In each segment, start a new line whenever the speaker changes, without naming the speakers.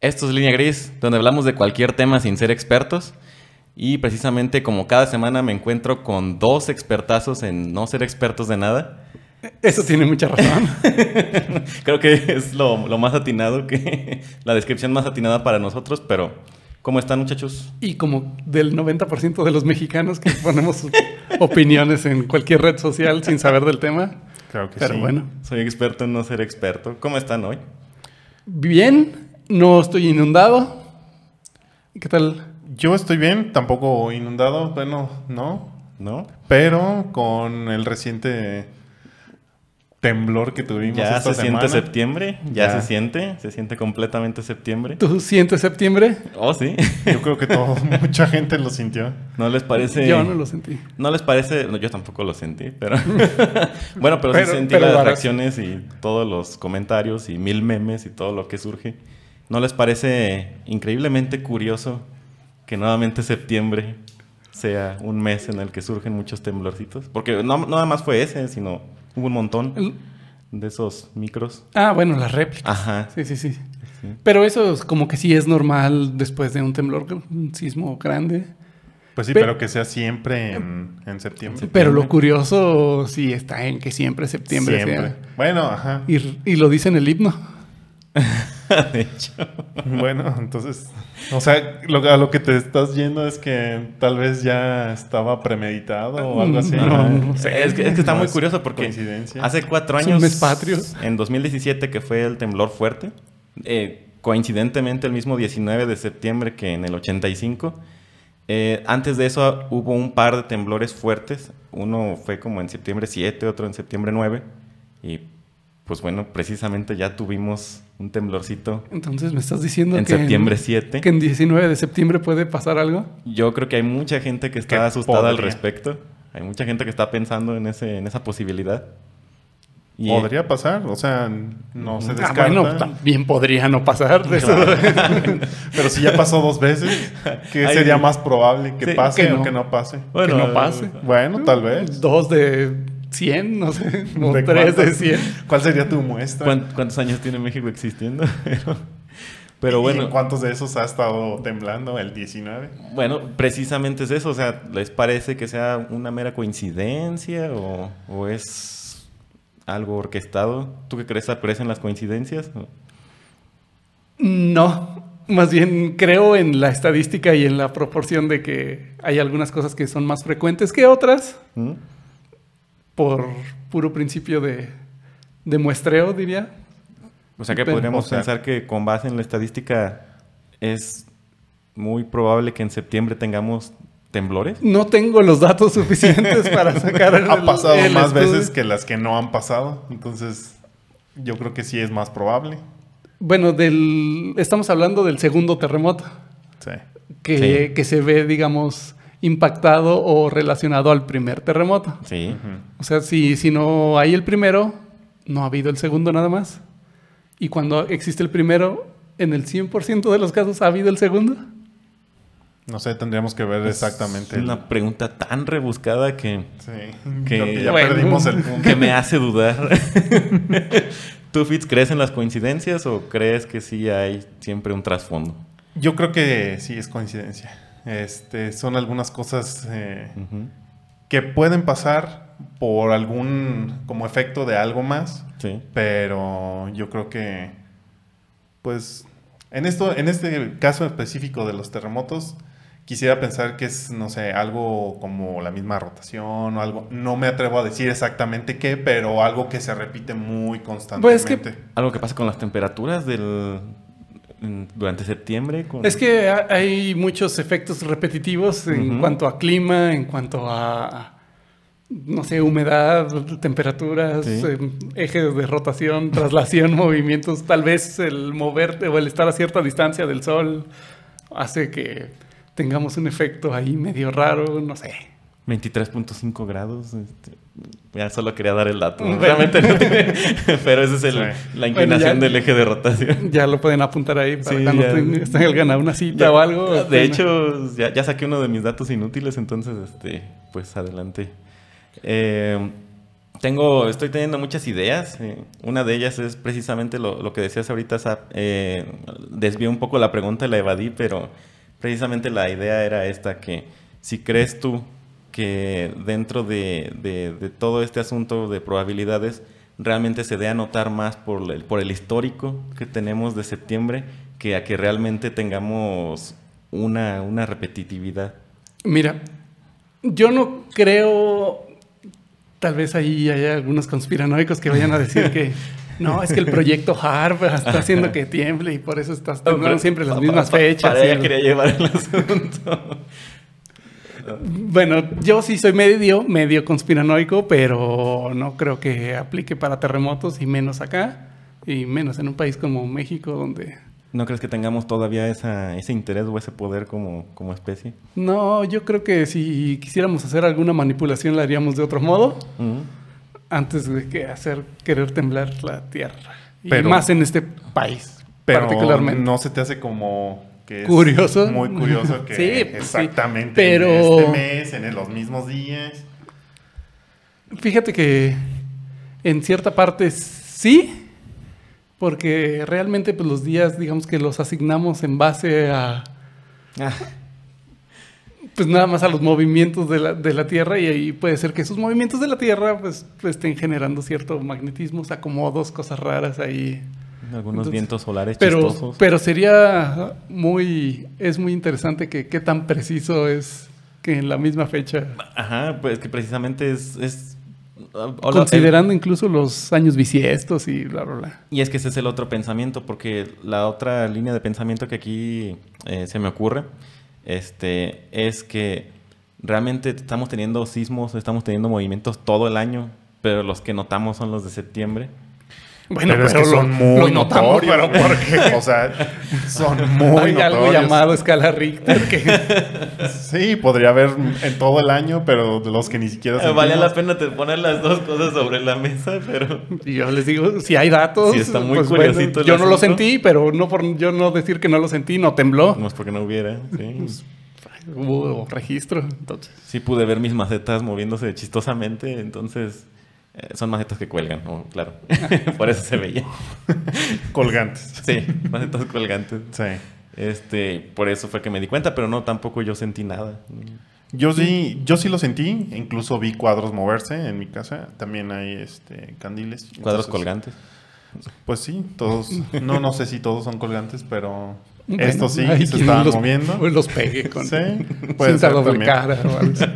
Esto es Línea Gris, donde hablamos de cualquier tema sin ser expertos. Y precisamente como cada semana me encuentro con dos expertazos en no ser expertos de nada.
Eso tiene mucha razón.
Creo que es lo, lo más atinado, que la descripción más atinada para nosotros, pero ¿cómo están muchachos?
y como del 90% de los mexicanos que ponemos sus opiniones en cualquier red social sin saber del tema.
Claro que
Pero
sí.
bueno,
Soy experto en no ser experto. ¿Cómo están hoy?
bien, no estoy inundado. ¿Qué tal?
Yo estoy bien, tampoco inundado, bueno, no,
¿No?
pero con el reciente temblor que tuvimos
Ya
esta
se
semana.
siente septiembre, ya,
Ya.
se siente, se siente completamente septiembre.
¿Tú sientes septiembre?
Oh, sí.
Yo creo que todo, mucha gente lo sintió.
¿No les parece?
Yo no lo sentí.
¿No les parece? No, yo tampoco lo sentí, pero. bueno, pero, sí
Pero-
sentí
pero
las
varas.
reacciones y todos los comentarios y mil memes y todo lo que surge. ¿No les parece increíblemente curioso que nuevamente septiembre sea un mes en el que surgen muchos temblorcitos? Porque no, no nada más fue ese, sino hubo un montón
El-
de esos micros.
Ah, bueno, las réplicas.
Ajá.
Sí, sí, Ah. sí.
Sí.
Pero eso es como que sí es normal después de un temblor, un sismo grande.
Pues sí,
Pe-
pero que sea siempre en, en septiembre.
Pero lo curioso sí está en que siempre septiembre sea.
Siempre. Bueno, ajá.
Y, y lo dice en el himno.
de hecho.
Bueno, entonces, o sea, lo, a lo que te estás yendo es que tal vez ya estaba premeditado o algo así.
Mm, No, no sé.
Ah, Es que, es que está
No
muy
es
curioso porque
coincidencia.
hace cuatro
Es un
años,
mes patrio.
en 2017, que fue el temblor fuerte, eh, coincidentemente el mismo 19 de septiembre que en el 85, eh, antes de eso hubo un par de temblores fuertes, uno fue como en septiembre 7, otro en septiembre 9, y pues bueno, precisamente ya tuvimos un temblorcito
Entonces me estás diciendo
en
que,
septiembre
en,
7.
que en 19 de septiembre puede pasar algo.
Yo creo que hay mucha gente que
Que
está asustada al
podría.
respecto. Hay mucha gente que está pensando en, ese, en esa posibilidad. Y-
Podría pasar, o sea, no se
Ah,
descarta.
bueno, también podría no pasar. de eso.
Pero si ya pasó dos veces, ¿qué
Ay,
sería más probable? ¿Que
sí,
pase
que no.
o que no pase?
Bueno,
que no pase.
Bueno, tal vez.
Dos de 100, no sé. O
¿De
tres de
cuántas?
100.
¿Cuál sería tu muestra?
¿cuán- ¿Cuántos años tiene México existiendo? Pero,
¿Y
pero
en
bueno,
¿Cuántos de esos ha estado temblando? ¿El 19?
bueno, precisamente es eso. O sea, ¿les parece que sea una mera coincidencia o, o es algo orquestado? ¿Tú qué crees? ¿Aparecen las coincidencias?
No. Más bien creo en la estadística y en la proporción de que hay algunas cosas que son más frecuentes que otras
¿Mm?
por puro principio de, de muestreo, diría.
O sea que
Pero,
podríamos
o sea-
pensar que con base en la estadística es muy probable que en septiembre tengamos temblores.
No tengo los datos suficientes para sacar el
Ha pasado
el
más
estudio.
veces que las que no han pasado. Entonces, yo creo que sí es más probable.
Bueno, del estamos hablando del segundo terremoto
Sí.
que,
Sí.
que se ve, digamos, impactado o relacionado al primer terremoto.
Sí.
O sea, si, si no hay el primero, no ha habido el segundo nada más. Y cuando existe el primero, en el 100% de los casos ha habido el segundo.
No sé, tendríamos que ver
Es
exactamente. el-
una pregunta tan rebuscada que,
Sí.
Que-
Creo que ya
Bueno.
perdimos el punto.
que me hace dudar. ¿Tú, Fitz, crees en las coincidencias o crees que sí hay siempre un trasfondo?
Yo creo que sí es coincidencia. Este, son algunas cosas eh,
Ujú.
que pueden pasar por algún como efecto de algo más,
Sí.
pero yo creo que pues en esto en este caso específico de los terremotos quisiera pensar que es no sé, algo como la misma rotación o algo, no me atrevo a decir exactamente qué, pero algo que se repite
Pues
muy
es
constantemente.
que-
Algo que pasa con las temperaturas del en- durante septiembre. Con...
Es que ha- hay muchos efectos repetitivos en
Ujú.
cuanto a clima, en cuanto a, no sé, humedad, temperaturas,
Sí.
em, ejes de rotación, traslación, movimientos. Tal vez el moverte o el estar a cierta distancia del sol hace que tengamos un efecto ahí medio raro, no sé.
23.5 grados. este, Ya solo quería dar el dato.
Bueno.
Realmente no tiene- Pero esa es el-
Sí.
la inclinación
Bueno, ya-
del eje de rotación.
Ya lo pueden apuntar ahí para
Sí,
cuando
ya.
ten- salgan a una cita
Ya-
o algo. este,
De hecho, ya, ya saqué uno de mis datos inútiles, entonces, este, pues adelante. Eh, tengo, estoy teniendo muchas ideas. eh, Una de ellas es precisamente lo, lo que decías ahorita, Zap. Eh, desvié un poco la pregunta y la evadí, pero precisamente la idea era esta, que si crees tú que dentro de, de- de todo este asunto de probabilidades realmente se dé a notar más por el, por el histórico que tenemos de septiembre que a que realmente tengamos una, una repetitividad.
Mira, yo no creo, tal vez ahí haya algunos conspiranoicos que vayan a decir que no, es que el proyecto HARP está haciendo que tiemble y por eso estás temblando siempre las
Pa-
mismas
pa- pa-
fechas.
Para
y
allá
el-
quería llevar el asunto.
Bueno, yo sí soy medio, medio conspiranoico, pero no creo que aplique para terremotos y menos acá y menos en un país como México donde...
¿No crees que tengamos todavía esa, ese interés o ese poder como, como especie?
No, yo creo que si quisiéramos hacer alguna manipulación la haríamos de otro modo.
Mm.
antes de que hacer querer temblar la tierra. Y
Pero-
más en este país,
Pero
particularmente.
no se te hace como que es
Curioso.
Muy curioso que
Sí, pues sí.
exactamente
Pero-
en este mes, en los mismos días.
Fíjate que en cierta parte sí, porque realmente pues, los días, digamos que los asignamos en base a,
Ah,
pues nada más a los movimientos de la, de la Tierra y ahí puede ser que esos movimientos de la Tierra pues estén generando cierto magnetismo, acomodos, cosas raras ahí.
algunos
Entonces,
vientos solares
Pero,
chistosos.
pero sería muy, es muy interesante que qué tan preciso es que en la misma fecha,
Ajá, pues que precisamente es... es ah, hola, eh, el-
considerando incluso los años bisiestos y bla, bla, bla.
y es que ese es el otro pensamiento, porque la otra línea de pensamiento que aquí eh, se me ocurre este, es que realmente estamos teniendo sismos, estamos teniendo movimientos todo el año, pero los que notamos son los de septiembre.
Bueno,
pero, es que son muy
notamos,
notorios.
pero por-
porque, o sea, son muy
hay algo
notorios.
llamado escala Richter que
Sí, podría haber en todo el año, pero de los que ni siquiera
Eh, Valía la
sentimos.
pena te poner las dos cosas sobre la mesa, pero...
y yo les digo, si hay datos, pues
Sí, está muy
bueno,
curiosito el
yo no lo
asunto.
sentí, pero no por yo no decir que no lo sentí, no tembló.
No es porque no hubiera,
Pues,
sí.
Hubo registro, entonces.
Sí pude ver mis macetas moviéndose chistosamente, entonces eh, son macetas que cuelgan, ¿no? claro. Por eso se veía.
colgantes.
Sí, macetas colgantes.
Sí.
Este, por eso fue que me di cuenta, pero no, tampoco yo sentí nada.
Yo sí, yo sí lo sentí, incluso vi cuadros moverse en mi casa. También hay este candiles.
Cuadros
Entonces,
colgantes.
Pues sí, todos. No, no sé si todos son colgantes, pero
Bueno,
estos sí
hay
se
quien
estaban
los-
moviendo.
Los pegué con
Sí, puede
cinta
ser
doble
también.
cara o algo así.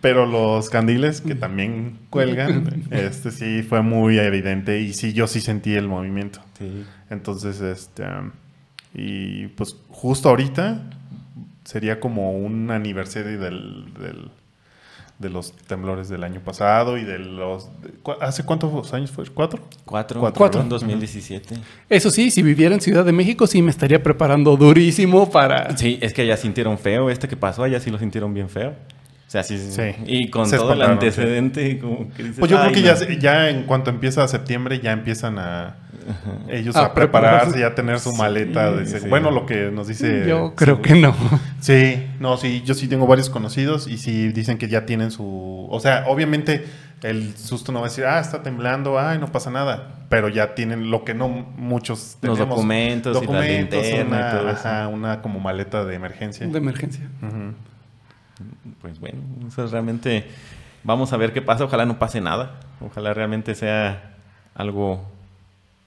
Pero los candiles que también cuelgan, este sí fue muy evidente y sí, yo sí sentí el movimiento.
Sí.
Entonces, este. um, y pues justo ahorita sería como un aniversario del, del- de los temblores del año pasado y de los. de- ¿cu- ¿Hace cuántos años fue? ¿Cuatro?
Cuatro,
Cuatro,
cuatro en
¿verdad?
2017.
Eso sí, si viviera en Ciudad de México, sí me estaría preparando durísimo para.
Sí, es que allá sintieron feo, este que pasó allá sí lo sintieron bien feo. O sea, sí,
Sí.
Y con
Se
todo el
espantaron, sí.
antecedente, como que dices,
Pues yo creo
"Ay,
que ya,
no".
se- ya en cuanto empieza septiembre ya empiezan a ellos
A
a, prepararse,
Ah, prepararse.
ya tener su maleta de seg-
sí.
bueno lo que nos dice
Yo creo que no.
sí no sí yo sí tengo varios conocidos y sí dicen que ya tienen su o sea obviamente el susto no va a decir ah está temblando ay no pasa nada pero ya tienen lo que no muchos
Los
tenemos
documentos y la linterna y
una,
todo eso.
ajá, una como maleta de emergencia
De emergencia.
Ujú.
Pues bueno, o sea, realmente vamos a ver qué pasa. Ojalá no pase nada. Ojalá realmente sea algo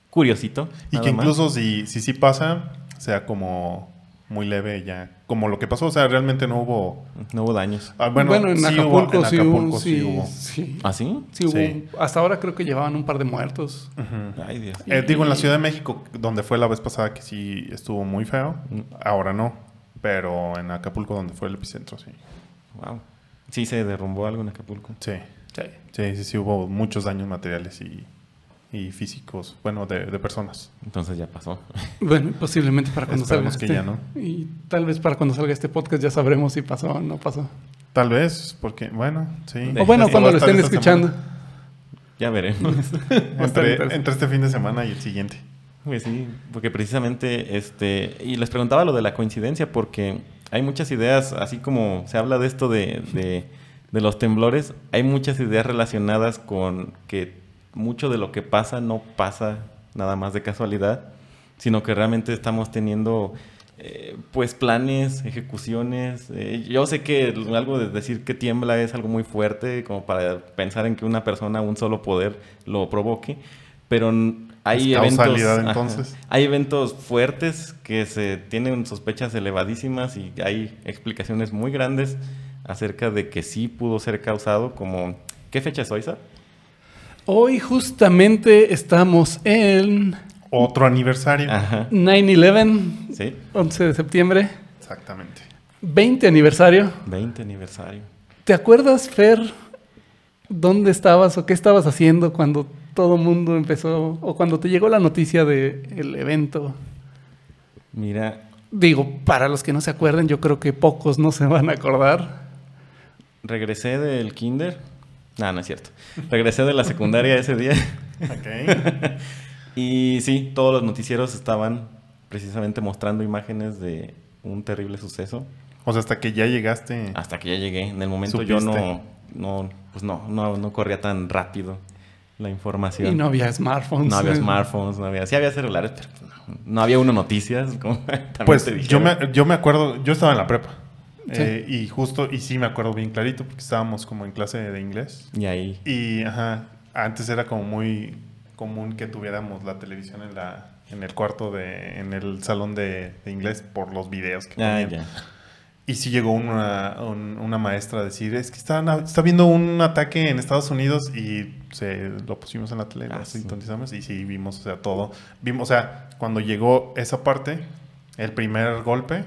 curiosito.
Y
nada
que
más.
incluso si, si sí pasa, sea como muy leve ya. Como lo que pasó, o sea, realmente no hubo...
No hubo daños.
ah,
Bueno, en,
sí hubo-
Acapulco,
en
sí hubo.
Acapulco sí
sí,
hubo.
sí.
¿Ah, sí?
Sí hubo-
Sí.
Hasta ahora creo que llevaban un par de muertos.
Ujú.
Ay, Dios.
Eh, digo, en la Ciudad de México, donde fue la vez pasada que sí estuvo muy feo, ahora no. Pero en Acapulco, donde fue el epicentro, sí.
Wow. Sí, se derrumbó algo en Acapulco.
Sí,
Sí.
sí, sí, sí hubo muchos daños materiales y, y físicos, bueno, de, de personas.
Entonces ya pasó.
Bueno, posiblemente para cuando
Esperemos
salga.
que
este-
ya no.
Y tal vez para cuando salga este podcast ya sabremos si pasó o no pasó.
Tal vez, porque, bueno, sí.
Sí.
O bueno,
Sí,
cuando
va a
lo
estar
estén
esta
escuchando.
Ya veremos.
Va a estar
Entre,
interesante.
entre este fin de semana y el siguiente.
Pues sí, porque precisamente, este, y les preguntaba lo de la coincidencia, porque hay muchas ideas, así como se habla de esto de, de de los temblores, hay muchas ideas relacionadas con que mucho de lo que pasa no pasa nada más de casualidad, sino que realmente estamos teniendo eh, pues planes, ejecuciones. Eh, yo sé que algo de decir que tiembla es algo muy fuerte, como para pensar en que una persona, un solo poder lo provoque, pero hay
Es
eventos,
causalidad,
ajá,
entonces.
hay eventos fuertes que se tienen sospechas elevadísimas y hay explicaciones muy grandes acerca de que sí pudo ser causado, como ¿qué fecha es hoy, Sab?
Hoy justamente estamos en
Otro aniversario.
Ajá.
9-11,
Sí,
11 de septiembre,
Exactamente.
20 aniversario.
20 aniversario.
¿Te acuerdas, Fer, dónde estabas o qué estabas haciendo cuando todo el mundo empezó o cuando te llegó la noticia del evento?
Mira,
Digo, para los que no se acuerden, yo creo que pocos no se van a acordar.
regresé del kinder. No, no es cierto. Regresé de la secundaria ese día
Ok.
y sí, todos los noticieros estaban precisamente mostrando imágenes de un terrible suceso.
O sea, hasta que ya llegaste.
Hasta que ya llegué. En el momento yo no,
Supiste.
no, pues no, no, no corría tan rápido la información.
Y no había smartphones.
No había smartphones, no había, sí había celulares, pero no, no había uno noticias. Como también
Pues
te
yo
dijeron.
me, yo me acuerdo, yo estaba en la prepa.
Sí.
Eh, y justo, y sí me acuerdo bien clarito, porque estábamos como en clase de inglés.
Y ahí,
Y ajá, antes era como muy común que tuviéramos la televisión en la en el cuarto de en el salón de, de inglés por los videos que
ah,
ponían.
ya.
Y sí llegó una, un- una maestra a decir, es que están, a- está viendo un ataque en Estados Unidos y se lo pusimos en la tele,
Ah,
lo
sí.
sintonizamos y sí vimos, o sea, todo. Vimos, o sea, cuando llegó esa parte, el primer golpe,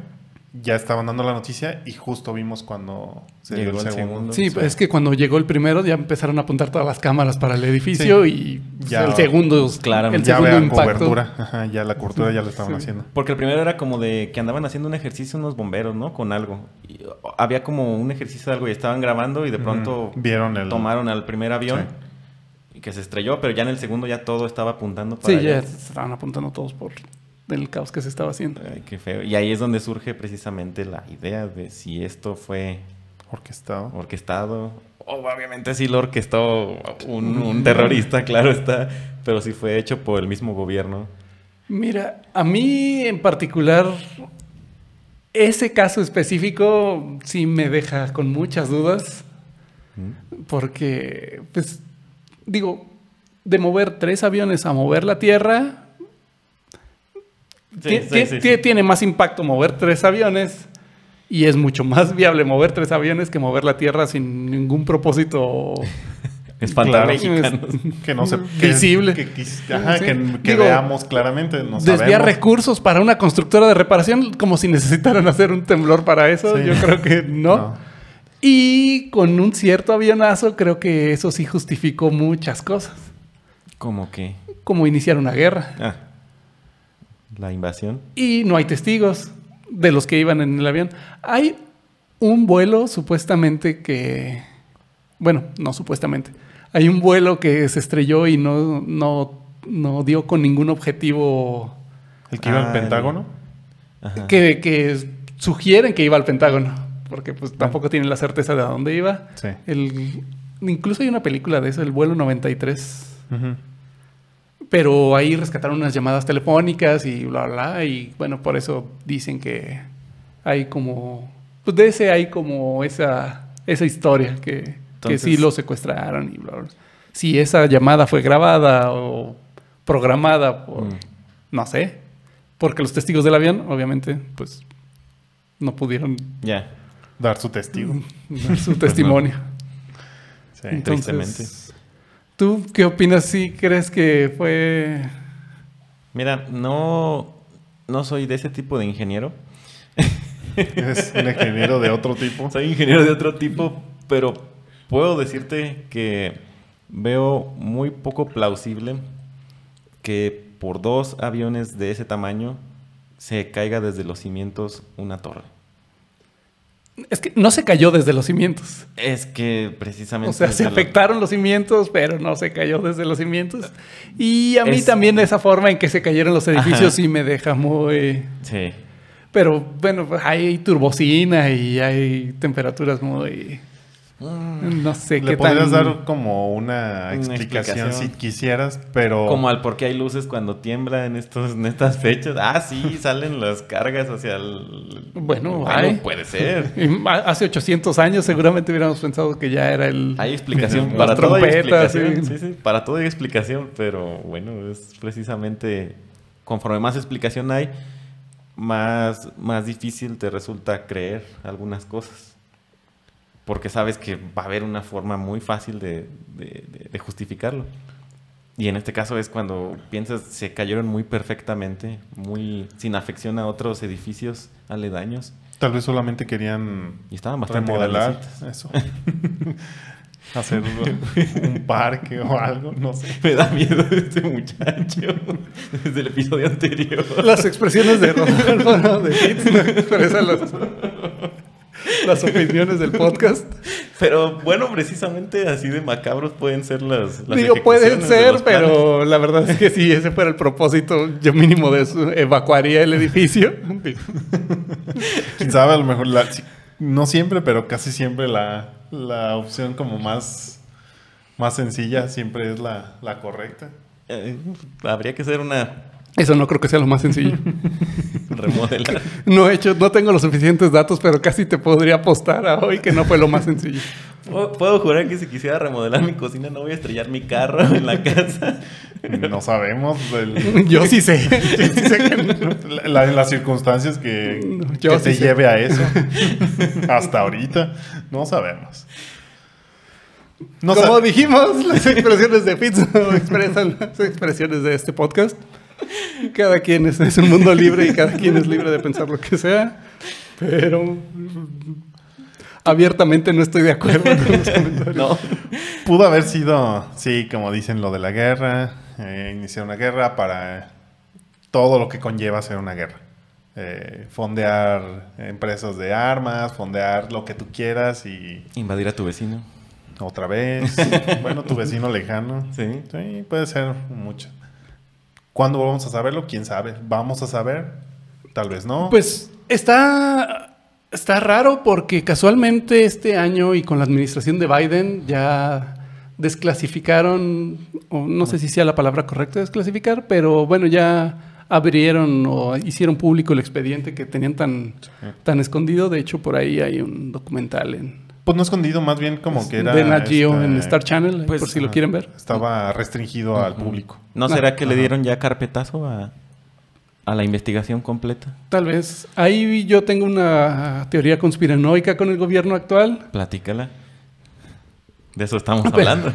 ya estaban dando la noticia y justo vimos cuando se
Llegó
dio
el
el segundo.
segundo.
Sí, es que cuando llegó el primero ya empezaron a apuntar todas las cámaras para el edificio y pues,
Ya-
el segundo,
claramente.
el
ya
segundo
vean
impacto.
cobertura, ajá, ya la cobertura ya la estaban
Sí.
haciendo.
Porque el primero era como de que andaban haciendo un ejercicio unos bomberos, ¿no? Con algo. Y, uh, había como un ejercicio de algo y estaban grabando y de pronto
Ujú. vieron el...
tomaron al primer avión y que se estrelló, pero ya en el segundo ya todo estaba apuntando para
Sí, ya
allá.
se estaban apuntando todos por el caos que se estaba haciendo.
Ay, qué feo. Y ahí es donde surge precisamente la idea de si esto fue
Orquestado.
orquestado. O obviamente sí lo orquestó un, un terrorista, claro está, pero sí fue hecho por el mismo gobierno.
Mira, a mí en particular, ese caso específico sí me deja con muchas dudas, porque, pues, digo, de mover tres aviones a mover la Tierra,
Sí,
ti-
sí,
ti-
sí,
ti-
sí.
tiene más impacto mover tres aviones. Y es mucho más viable mover tres aviones que mover la Tierra sin ningún propósito
Es fantasma
Claro.
mexicano.
Que no se...
Visible.
Que, que- ajá,
Sí.
que, que
Digo,
veamos claramente, no
Desviar
sabemos.
recursos para una constructora de reparación, como si necesitaran hacer un temblor para eso.
Sí.
Yo creo que no. Y con un cierto avionazo, creo que eso sí justificó muchas cosas,
Como que
como iniciar una guerra.
Ah. La invasión.
Y no hay testigos de los que iban en el avión. Hay un vuelo supuestamente que. Bueno, no supuestamente. Hay un vuelo que se estrelló y no, no, no dio con ningún objetivo
El que iba
Ah,
al Pentágono.
Ajá.
que, que sugieren que iba al Pentágono, porque pues tampoco tienen la certeza de a dónde iba.
Sí.
El, incluso hay una película de eso, el vuelo 93, pero ahí rescataron unas llamadas telefónicas y bla, bla, bla, y bueno, por eso dicen que hay como, pues de ese hay como esa, esa historia que, que sí
Entonces-
lo secuestraron y bla, bla. Si esa llamada fue grabada o programada por,
Mm.
no sé, porque los testigos del avión, obviamente, pues no pudieron
Ya.
Dar su testigo.
dar su testimonio.
Sí.
Entonces,
Pues Eh, tristemente.
¿Tú qué opinas si crees que fue...
Mira, no, no soy de ese tipo de ingeniero.
Es un ingeniero de otro tipo.
Soy ingeniero de otro tipo, pero puedo decirte que veo muy poco plausible que por dos aviones de ese tamaño se caiga desde los cimientos una torre.
Es que no se cayó desde los cimientos.
Es que precisamente...
O sea, se
la-
afectaron los cimientos, pero no se cayó desde los cimientos. Y a mí
Es-
también esa forma en que se cayeron los edificios
Ajá.
sí me deja muy...
Sí.
Pero bueno, hay turbocina y hay temperaturas muy...
Mm.
No sé
Le
qué
podrías
tan...
dar como una
Una
explicación,
explicación.
si quisieras, pero
Como al por qué hay luces cuando tiembla en, estos, en estas fechas. Ah, sí, salen las cargas hacia el...
Bueno,
Bueno,
hay.
puede ser.
Y ha- Hace 800 años seguramente hubiéramos pensado que ya era el...
Hay explicación
Las
para todo. Hay
trompetas,
explicación. Sí,
sí.
sí, para todo hay explicación, pero bueno, es precisamente conforme más explicación hay, más, más difícil te resulta creer algunas cosas. Porque sabes que va a haber una forma muy fácil de, de- de- de justificarlo. Y en este caso es cuando piensas, se cayeron muy perfectamente, muy sin afección a otros edificios aledaños.
tal vez solamente querían
Y estaban bastante
remodelar
grandecitas.
eso. Hacer un parque o algo, no sé.
Me da miedo este muchacho desde el episodio anterior.
Las expresiones de Rodolfo ¿no? de Hitler expresan las, las opiniones del podcast.
Pero bueno, precisamente así de macabros pueden ser las. las
Digo, pueden
ejecuciones de
ser,
los planes.
pero la verdad es que si ese fuera el propósito, yo mínimo de eso, evacuaría el edificio.
Quién sabe, a lo mejor, la- si- no siempre, pero casi siempre la, la opción como más, más sencilla siempre es la, la correcta.
Eh, habría que hacer una
Eso no creo que sea lo más sencillo.
remodelar.
No he hecho, no tengo los suficientes datos, pero casi te podría apostar a hoy que no fue lo más sencillo.
Puedo, puedo jurar que si quisiera remodelar mi cocina, no voy a estrellar mi carro en la casa.
No sabemos del-
Yo sí sé. Yo sí sé que no.
la- la- las circunstancias que,
No,
que
yo
te
sí sé.
lleve a eso. Hasta ahorita, no sabemos. No
Como
sa-
dijimos, las expresiones de Pizza no expresan las expresiones de este podcast. Cada quien es, es un mundo libre y cada quien es libre de pensar lo que sea, pero mm, abiertamente no estoy de acuerdo con los comentarios.
No.
Pudo haber sido, sí, como dicen, lo de la guerra, eh, iniciar una guerra para todo lo que conlleva hacer una guerra. Eh, fondear empresas de armas, fondear lo que tú quieras y
Invadir a tu vecino.
otra vez, bueno, tu vecino lejano.
Sí.
Sí, puede ser mucho. ¿Cuándo vamos a saberlo? ¿Quién sabe? ¿Vamos a saber? Tal vez no.
Pues está, está raro porque casualmente este año y con la administración de Biden ya desclasificaron, o no sé si sea la palabra correcta desclasificar, pero bueno, ya abrieron o hicieron público el expediente que tenían tan, tan escondido. De hecho, por ahí hay un documental en,
Pues no escondido, más bien como que era...
de Nat Geo
este,
en Star Channel, ahí
pues,
por si lo
ajá,
quieren ver.
Estaba restringido al público.
¿No
No.
será que le
Ajá.
dieron ya carpetazo a, a la investigación completa?
Tal vez. Ahí yo tengo una teoría conspiranoica con el gobierno actual.
Platícala. De eso estamos
Pero-
hablando.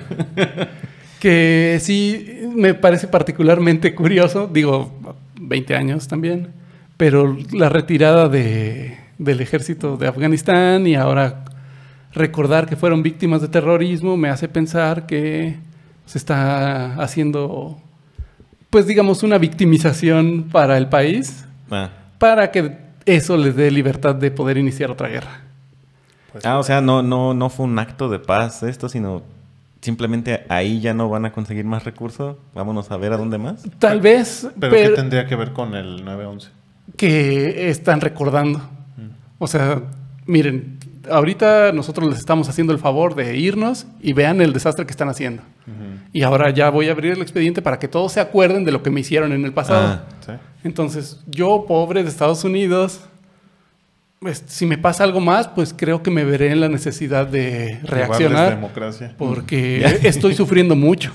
Que sí me parece particularmente curioso, digo, 20 años también, pero la retirada de, del ejército de Afganistán y ahora recordar que fueron víctimas de terrorismo me hace pensar que se está haciendo, pues digamos, una victimización para el país,
Ah.
para que eso les dé libertad de poder iniciar otra guerra.
Pues,
Ah, o sea, no, no, no fue un acto de paz esto, sino simplemente ahí ya no van a conseguir más recursos. Vámonos a ver a dónde más.
Tal vez,
¿Pero, qué
pero-
tendría que ver con el 911?
que están recordando.
Mm.
O sea, miren, ahorita nosotros les estamos haciendo el favor de irnos y vean el desastre que están haciendo.
Ujú,
Y ahora ya voy a abrir el expediente para que todos se acuerden de lo que me hicieron en el pasado.
Ah.
sí.
Entonces, yo, pobre de Estados Unidos, pues, si me pasa algo más, pues creo que me veré en la necesidad de
Llevarles
reaccionar pues,
democracia.
porque
Ya.
estoy sufriendo mucho.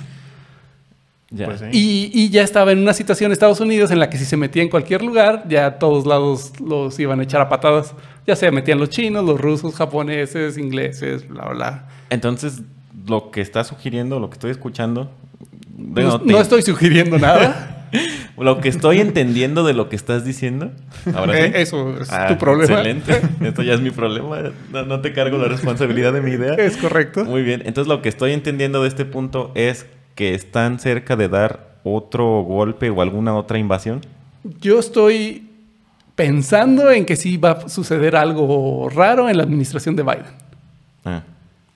Ya.
Pues sí.
Y, y ya estaba en una situación en Estados Unidos en la que si se metía en cualquier lugar, ya a todos lados los iban a echar a patadas. Ya se metían los chinos, los rusos, japoneses, ingleses, bla, bla.
Entonces, lo que está sugiriendo, lo que estoy escuchando, digo,
No,
te-
no estoy sugiriendo nada.
lo que estoy entendiendo de lo que estás diciendo. Ahora sí.
Eh, Eso es
Ah,
tu problema.
Excelente. Esto ya es mi problema. No, no te cargo la responsabilidad de mi idea.
Es correcto.
Muy bien. Entonces, lo que estoy entendiendo de este punto es que están cerca de dar otro golpe o alguna otra invasión.
Yo estoy pensando en que sí va a suceder algo raro en la administración de Biden.
Ah,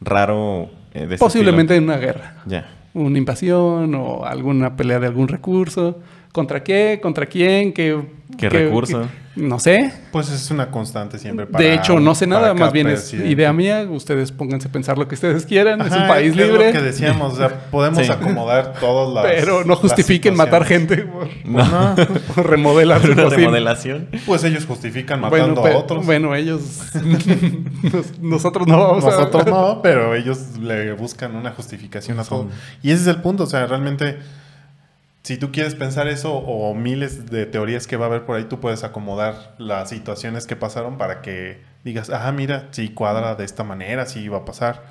raro. eh, de ese
Posiblemente en una guerra.
estilo. Ya.
Una invasión o alguna pelea de algún recurso. ¿Contra qué? ¿Contra quién? ¿Qué,
¿Qué recurso?
qué- no sé.
Pues es una constante siempre para.
de hecho, no sé nada,
para cada
más bien es
presidente.
idea mía. Ustedes pónganse a pensar lo que ustedes quieran. es un
Ajá,
país
es que es
libre,
lo que decíamos, o sea, podemos
Sí.
acomodar todas las.
pero no
las
justifiquen matar
situaciones.
gente por,
Pues No,
por remodelar su
una
cocina.
remodelación.
Pues ellos justifican
Bueno,
matando
pero-
a otros.
bueno, ellos. nos- nosotros no vamos a-
Nosotros no, pero ellos le buscan una justificación a todo. Y ese es el punto, o sea, realmente, si tú quieres pensar eso o miles de teorías que va a haber por ahí, tú puedes acomodar las situaciones que pasaron para que digas, ah, mira, sí cuadra de esta manera, sí va a pasar,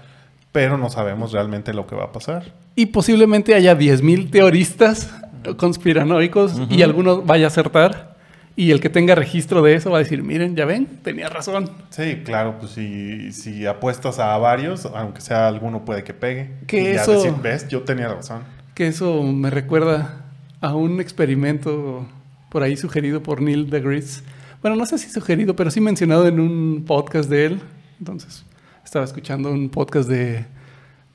pero no sabemos realmente lo que va a pasar.
Y posiblemente haya 10.000 teoristas conspiranoicos y alguno vaya a acertar. Y el que tenga registro de eso va a decir, miren, ya ven, tenía razón.
Sí, claro, pues si, si apuestas a varios, aunque sea alguno puede que pegue.
Que
y ya
eso-
decir, ves, yo tenía razón.
Que eso me recuerda a un experimento por ahí sugerido por Neil deGrasse. Bueno, no sé si sugerido, pero sí mencionado en un podcast de él. Entonces, estaba escuchando un podcast de,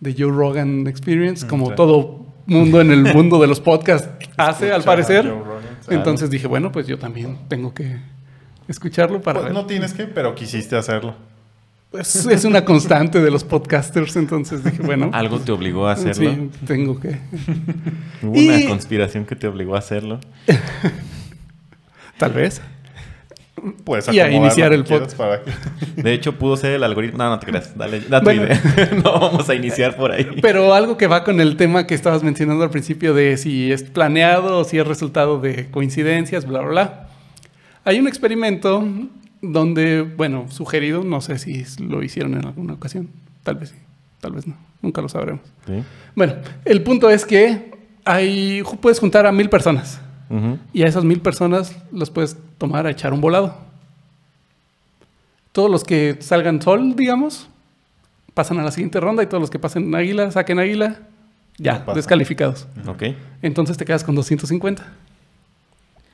de Joe Rogan Experience, como
sí.
todo mundo en el mundo de los podcasts hace, al
Escucha
parecer.
a Joe Rogan, sí.
Entonces dije, bueno, pues yo también tengo que escucharlo para ver.
Pues, no tienes que, pero quisiste hacerlo.
Pues, es una constante de los podcasters, entonces dije, bueno,
Algo te obligó a hacerlo.
sí, tengo que.
Hubo
Y-
una conspiración que te obligó a hacerlo.
Tal vez.
Puedes
Y a
acomodar lo
iniciar
que
el
quieras para que-
De hecho, pudo ser el algoritmo. No, no te creas. Dale, da tu
Bueno.
idea. no vamos a iniciar por ahí.
Pero algo que va con el tema que estabas mencionando al principio de si es planeado o si es resultado de coincidencias, bla, bla, bla. Hay un experimento donde, bueno, sugerido, no sé si lo hicieron en alguna ocasión, tal vez sí, tal vez no, nunca lo sabremos.
Sí.
Bueno, el punto es que hay, ju- puedes juntar a mil personas
Ujú.
y a esas mil personas las puedes tomar a echar un volado. Todos los que salgan sol, digamos, pasan a la siguiente ronda y todos los que pasen águila, saquen águila, ya,
No pasan.
descalificados.
Ok.
Entonces te quedas con 250.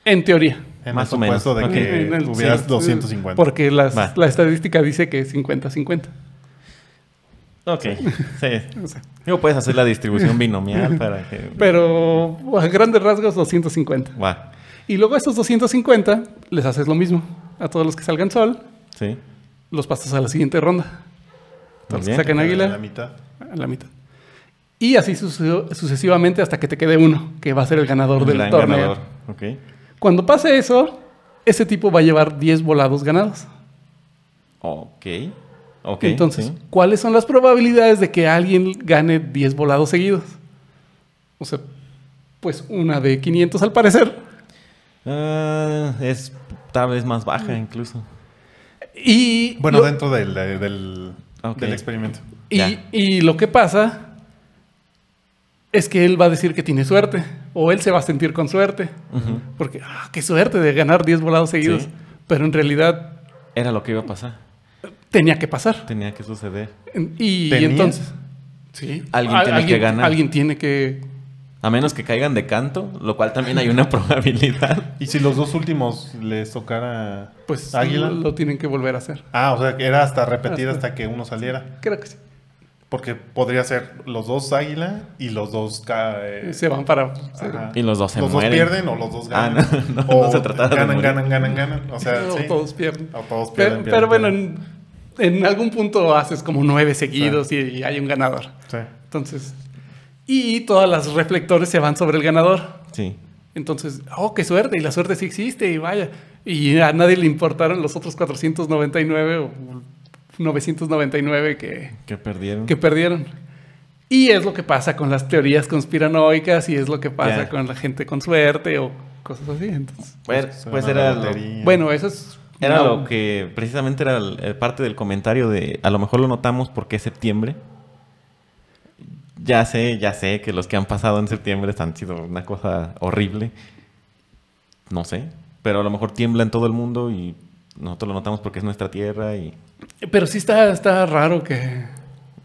En teoría.
En
Más
Más
o menos.
supuesto de
Ok.
que
En el-
tuvieras
sí,
250.
Porque las-
Va.
la estadística dice que es 50-50.
Ok. Sí.
O sea,
Digo, puedes hacer la distribución binomial para que.
pero a grandes rasgos 250.
Va.
Y luego a estos 250 les haces lo mismo. A todos los que salgan sol,
Sí.
los pasas a la siguiente ronda.
Muy
Entonces
bien.
saquen águila.
La mitad.
a la mitad. Y así suce- sucesivamente hasta que te quede uno, que va a ser el ganador del
Gran
torneo.
ganador. Ok.
Cuando pase eso, ese tipo va a llevar 10 volados ganados.
Ok. Ok.
Entonces,
sí.
¿cuáles son las probabilidades de que alguien gane 10 volados seguidos? O sea, pues una de 500 al parecer.
Ah, es tal vez más baja incluso.
Y
Bueno,
lo-
dentro del, eh, del,
Ok.
del experimento.
Y,
Ya.
y lo que pasa es que él va a decir que tiene suerte, o él se va a sentir con suerte,
Ujú.
porque ah, qué suerte de ganar 10 volados seguidos,
Sí.
pero en realidad
Era lo que iba a pasar.
tenía que pasar.
Tenía que suceder.
En- Y,
¿Tenía?
entonces, sí,
Alguien
al-
tiene que ganar.
Alguien tiene que...
A menos que caigan de canto, lo cual también hay una probabilidad.
Y si los dos últimos les tocara
Pues
águila.
lo, lo tienen que volver a hacer.
Ah, o sea, que era hasta repetir hasta que uno saliera.
Creo que sí.
Porque podría ser los dos águila y los dos... ca- eh,
Se van para... se-
ajá.
Y los dos se
los
mueren.
dos pierden o los dos
Ah,
ganan.
no, no,
o
no se trataba de
ganan,
morir.
ganan, ganan, ganan. O sea,
o
sí.
todos pierden.
O todos
Pero,
pierden,
pero
pierden,
bueno,
pierden.
en, en algún punto haces como nueve seguidos y- y hay un ganador.
Sí.
Entonces, y todas las reflectores se van sobre el ganador.
Sí.
Entonces, oh, qué suerte, y la suerte sí existe, y vaya. Y a nadie le importaron los otros 499 o 999 que,
Que perdieron.
que perdieron. Y es lo que pasa con las teorías conspiranoicas, y es lo que pasa
Ya.
con la gente con suerte o cosas así. Entonces,
Bueno,
Se
pues
gana
era
la
lo,
lotería.
bueno, eso es.
era
una-
lo que precisamente era el- el parte del comentario de a lo mejor lo notamos porque es septiembre. Ya sé, ya sé que los que han pasado en septiembre han sido una cosa horrible. No sé, pero a lo mejor tiembla en todo el mundo y nosotros lo notamos porque es nuestra tierra y
Pero sí está, está raro que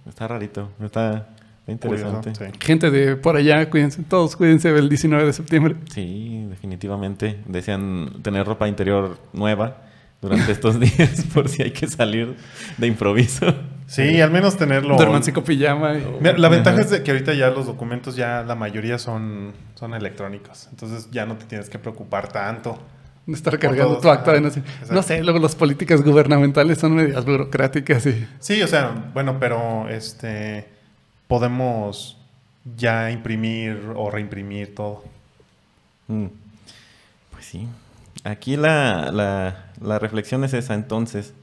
está rarito, está interesante.
Curioso, sí.
gente de por allá, cuídense, todos cuídense del 19 de septiembre.
Sí, definitivamente. Desean tener ropa interior nueva. durante estos días por si hay que salir de improviso.
Sí, al menos tenerlo.
Duérmanse con pijama. y-
Mira, la
Ajá.
ventaja es de que ahorita ya los documentos, ya la mayoría son, son electrónicos. Entonces ya no te tienes que preocupar tanto.
No estar cargando
todos,
tu acta de
ajá,
nación.
exacto.
No sé, luego las políticas gubernamentales son medidas burocráticas y
Sí, o sea, bueno, pero este podemos ya imprimir o reimprimir todo.
Mm. Pues sí. Aquí la, la- la reflexión es esa. Entonces,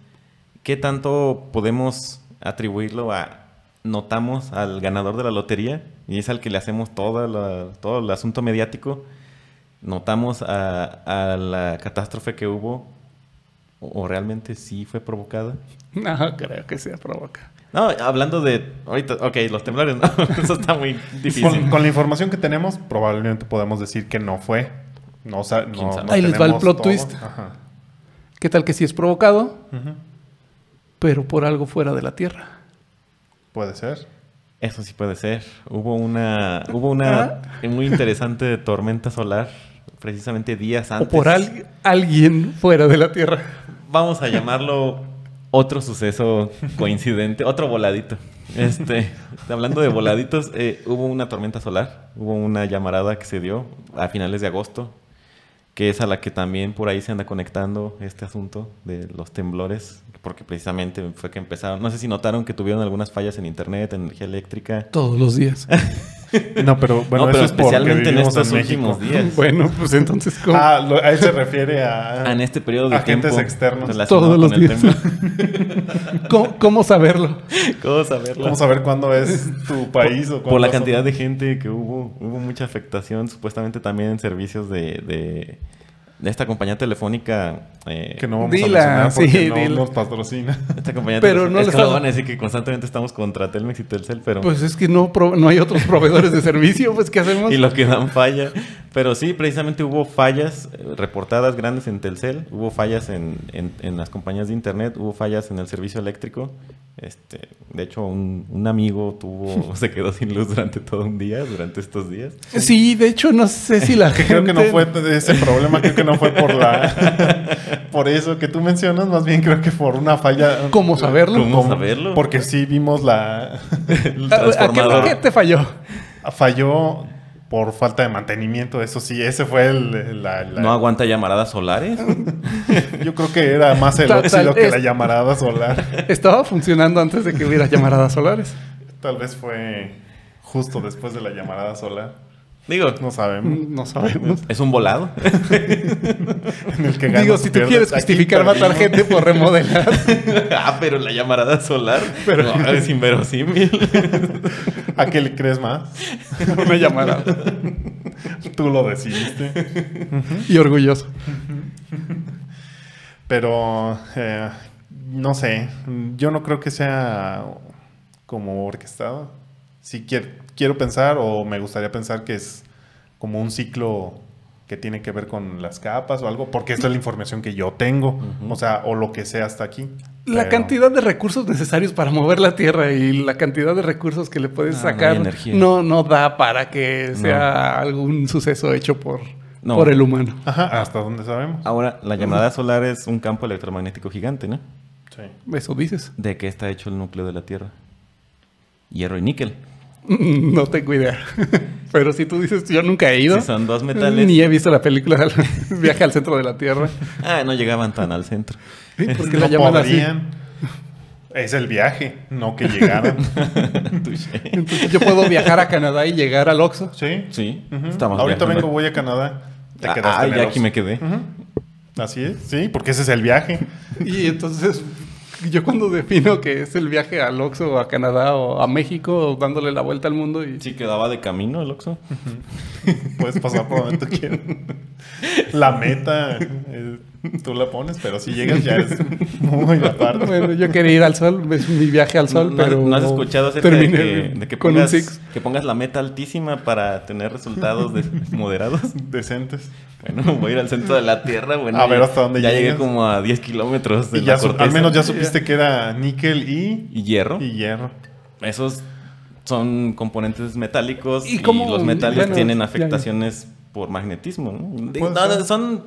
¿qué tanto podemos atribuirlo a notamos al ganador de la lotería y es al que le hacemos toda la- todo el asunto mediático? ¿Notamos a, a la catástrofe que hubo? ¿O, o realmente sí fue provocada?
no creo que sea provoca.
No, hablando de... Ahorita, ok, los temblores, ¿no? Eso está muy difícil.
Con, con la información que tenemos, probablemente podemos decir que no fue. No, sa- no-
¿Quién sabe?
no
Ahí les va el
tenemos
plot
todo.
twist.
Ajá.
¿Qué tal que sí es provocado,
Ujú.
pero por algo fuera de la Tierra?
Puede ser.
Eso sí puede ser. Hubo una, hubo una muy interesante tormenta solar, precisamente días antes.
O por al- alguien fuera de la Tierra.
Vamos a llamarlo otro suceso coincidente, otro voladito. Este, hablando de voladitos, eh, hubo una tormenta solar, hubo una llamarada que se dio a finales de agosto, que es a la que también por ahí se anda conectando este asunto de los temblores, porque precisamente fue que empezaron. No sé si notaron que tuvieron algunas fallas en internet, en energía eléctrica.
Todos los días.
No, pero bueno,
no, pero
eso es porque
especialmente en
vivimos
estos
México.
últimos días.
bueno, pues entonces, ¿cómo?
Ah, lo- a él se refiere a...
Ah, en este periodo de
Agentes
tiempo
externos.
relacionado
Todos
con
los
el
días.
temblor.
¿Cómo, cómo saberlo?
¿Cómo saberlo?
Vamos a ver cuándo es tu país
Por
o
la
cuándo son-
cantidad de gente que hubo, hubo mucha afectación, supuestamente también en servicios de, de, de esta compañía telefónica. eh,
que no vamos
Dila,
a mencionar porque
sí,
no
dila.
nos patrocina.
Esta compañía
Pero
telefónica-
no
es
les
que luego
hablo.
van a decir que constantemente estamos contra Telmex y Telcel, pero...
Pues es que no, pro- no hay otros proveedores de servicio, pues ¿qué hacemos?
y los que dan falla. Pero sí, precisamente hubo fallas eh, reportadas grandes en Telcel, hubo fallas en, en- en las compañías de internet, hubo fallas en el servicio eléctrico. Este, de hecho, un, un amigo tuvo, se quedó sin luz durante todo un día, durante estos días.
Sí, de hecho, no sé si la
Que
gente...
creo que no fue de ese problema, creo que no fue por la por eso que tú mencionas, más bien creo que por una falla.
¿Cómo saberlo?
¿Cómo saberlo?
Porque sí vimos la
El
¿A, a qué,
transformador.
a qué te falló?
falló por falta de mantenimiento, eso sí, ese fue el la- la-
¿No aguanta llamaradas solares?
yo creo que era más el
Tal-
óxido
tal-
que
es-
la llamarada solar.
Estaba funcionando antes de que hubiera llamaradas solares.
Tal vez fue justo después de la llamarada solar.
Digo,
No sabemos.
Mm, No sabemos.
es un volado.
En el que ganas,
Digo, si tú
pierdes.
quieres
Aquí
justificar matar
perdimos.
gente por remodelar.
ah, pero la llamarada solar no, es inverosímil.
¿A qué le crees más?
Una llamada.
Tú lo decidiste.
Y orgulloso.
Pero eh, no sé, yo no creo que sea como orquestado. Si quiero, quiero pensar o me gustaría pensar que es como un ciclo que tiene que ver con las capas o algo, porque esta es la información que yo tengo, o sea, o lo que sea hasta aquí.
La
Pero-
cantidad de recursos necesarios para mover la Tierra y la cantidad de recursos que le puedes
Ah, no hay
sacar
energía.
no, no da para que sea algún suceso hecho por,
No.
por el humano.
Ajá, hasta donde sabemos.
Ahora, la llamarada solar es un campo electromagnético gigante, ¿no?
Sí.
Eso dices.
¿De qué está hecho el núcleo de la Tierra? Hierro y níquel.
Mm, No tengo idea. Pero si tú dices, yo nunca he ido.
Si son dos metales.
Ni he visto la película del Viaje al Centro de la Tierra.
Ah, no llegaban tan al centro.
Sí, porque
No
la llaman así.
podrían. Pues Es el viaje, no que llegaran.
Touché.
Entonces yo puedo viajar a Canadá y llegar al Oxxo.
sí.
Sí,
Ujú.
estamos
Ahorita
viajando.
vengo, voy a Canadá. Te
Ah,
quedaste
ah,
en el
ya aquí
Oxxo.
me quedé.
Ujú. Así es, sí, porque ese es el viaje.
Y entonces yo cuando defino que es el viaje al Oxxo o a Canadá o a México o dándole la vuelta al mundo y
Sí, quedaba de camino el Oxxo.
Puedes pasar por donde tú quieras. La meta, eh, tú la pones, pero si llegas ya es muy aparte.
bueno, yo quería ir al sol, es mi viaje al sol,
No-
pero
¿No has escuchado acerca de
terminé
que, de que
con un
pongas,
six.
que pongas la meta altísima para tener resultados de- moderados?
Decentes.
Bueno, voy a ir al centro de la Tierra. Bueno,
A ver
ya-
hasta dónde
Ya llegué
llegas.
como a 10 kilómetros de
Y
la
ya su-
corteza.
al menos ya supiste que era níquel y,
Y hierro.
y hierro.
Esos son componentes metálicos
¿Y
y,
cómo?
los metales
Bueno,
tienen
ya, ya.
afectaciones por magnetismo. ¿no? De-
Puede
no,
ser.
no, son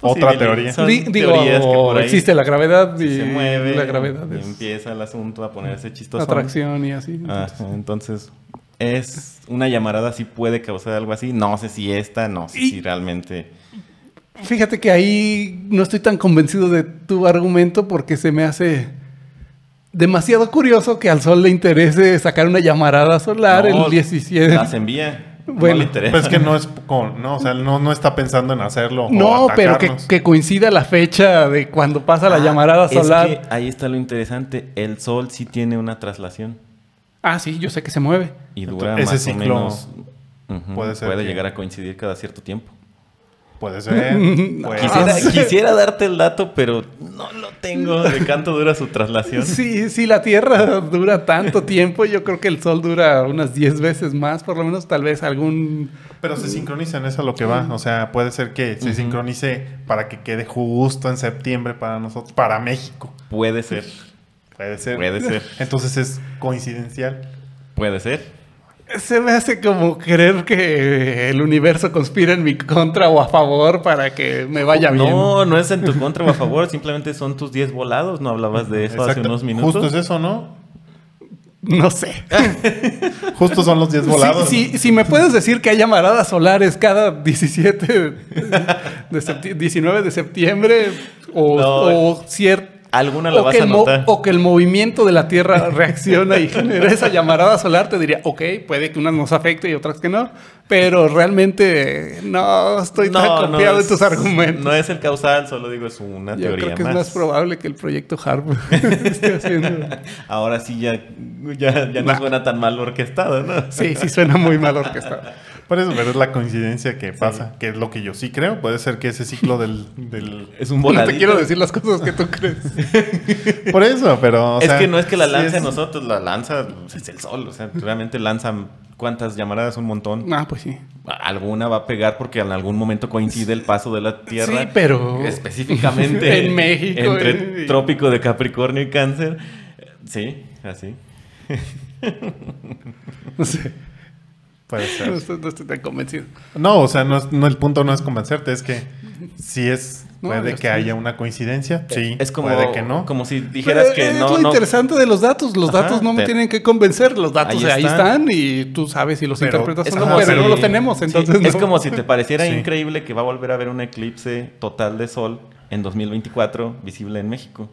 Pues, eh, Otra teoría.
Son
Di- digo,
teorías que por ahí
existe la gravedad y
se mueve
la gravedad
y
es
empieza el asunto a ponerse chistoso.
atracción y así.
Ajá, entonces es una llamarada sí puede causar algo así. No sé si esta, no sé
Y-
si realmente.
Fíjate que ahí no estoy tan convencido de tu argumento porque se me hace demasiado curioso que al sol le interese sacar una llamarada solar
No,
el 17.
Las envía.
Bueno,
no le interesa.
Pues es que no es con, no, o sea, no, no está pensando en hacerlo.
No,
o
pero que,
atacarnos.
que coincida la fecha de cuando pasa la
Ah,
llamarada
es
solar.
que ahí está lo interesante. El sol sí tiene una traslación
Ah, sí, yo sé que se mueve.
y dura
Entonces,
más
ese
o
ciclo
menos. Ujú, puede
puede ser que-
llegar a coincidir cada cierto tiempo.
Puede ser. puede
Quisiera,
ser.
quisiera darte el dato, pero no lo tengo. ¿De cuánto dura su traslación?
Sí, sí, la Tierra dura tanto tiempo. Yo creo que el Sol dura unas 10 veces más, por lo menos, tal vez algún.
Pero se sincronizan, eso es a lo que va. O sea, puede ser que se sincronice para que quede justo en septiembre para nosotros, para México.
Puede ser,
Puede ser.
puede ser,
Entonces es coincidencial.
puede ser.
Se me hace como creer que el universo conspira en mi contra o a favor para que me vaya bien.
No, no es en tu contra o a favor, simplemente son tus 10 volados. No hablabas de eso hace
Exacto.
unos minutos.
Justo es eso, ¿no?
No sé.
Justo son los 10 volados.
Si, si- si me puedes decir que hay llamaradas solares cada 17 de- de septi- 19 de septiembre o,
No.
o cier-
Alguna la
o
vas
que
a
el mo-
notar.
o que el movimiento de la Tierra reacciona y genera esa llamarada solar, te diría, ok, puede que unas nos afecte y otras que no, pero realmente eh, no estoy tan confiado en
es-
tus argumentos.
No es el causal, solo digo es una
Yo
teoría
creo que
más.
es más probable que el proyecto Harvard esté haciendo.
Ahora sí ya, ya, ya no
Nah.
suena tan mal orquestado, ¿no?
Sí, sí suena muy mal orquestado.
Por eso, pero es la coincidencia que pasa, que es lo que yo sí creo. Puede ser que ese ciclo del. del-
Es un
No
voladito.
te quiero decir las cosas que tú crees.
Por eso, pero. o
es
sea,
que no es que la
sí
lance
es-
nosotros, la lanza es el sol. O sea, realmente lanzan cuántas llamaradas, un montón.
Ah, pues sí.
Alguna va a pegar porque en algún momento coincide el paso de la Tierra.
Sí, pero-
Específicamente.
En México,
Entre
eh.
trópico de Capricornio y Cáncer. Sí, así.
No sé.
Puede
No
ser.
estoy, no estoy tan convencido.
No, o sea, no, es- no, el punto no es convencerte, es que si es.
No,
Puede
yo
que
sí.
haya una coincidencia. Sí.
Es como,
Puede que no.
como si dijeras
Pero
que
es
no.
lo
no-
interesante de los datos. Los
Ajá,
datos no me
te-
tienen que convencer. Los datos ahí
Ahí
están,
están.
y tú sabes si los
Pero
interpretas
es
o no,
como
pero
si-
no los tenemos.
Sí,
Entonces
es
no.
como si te pareciera
Sí.
increíble que va a volver a haber un eclipse total de sol en 2024 visible en México.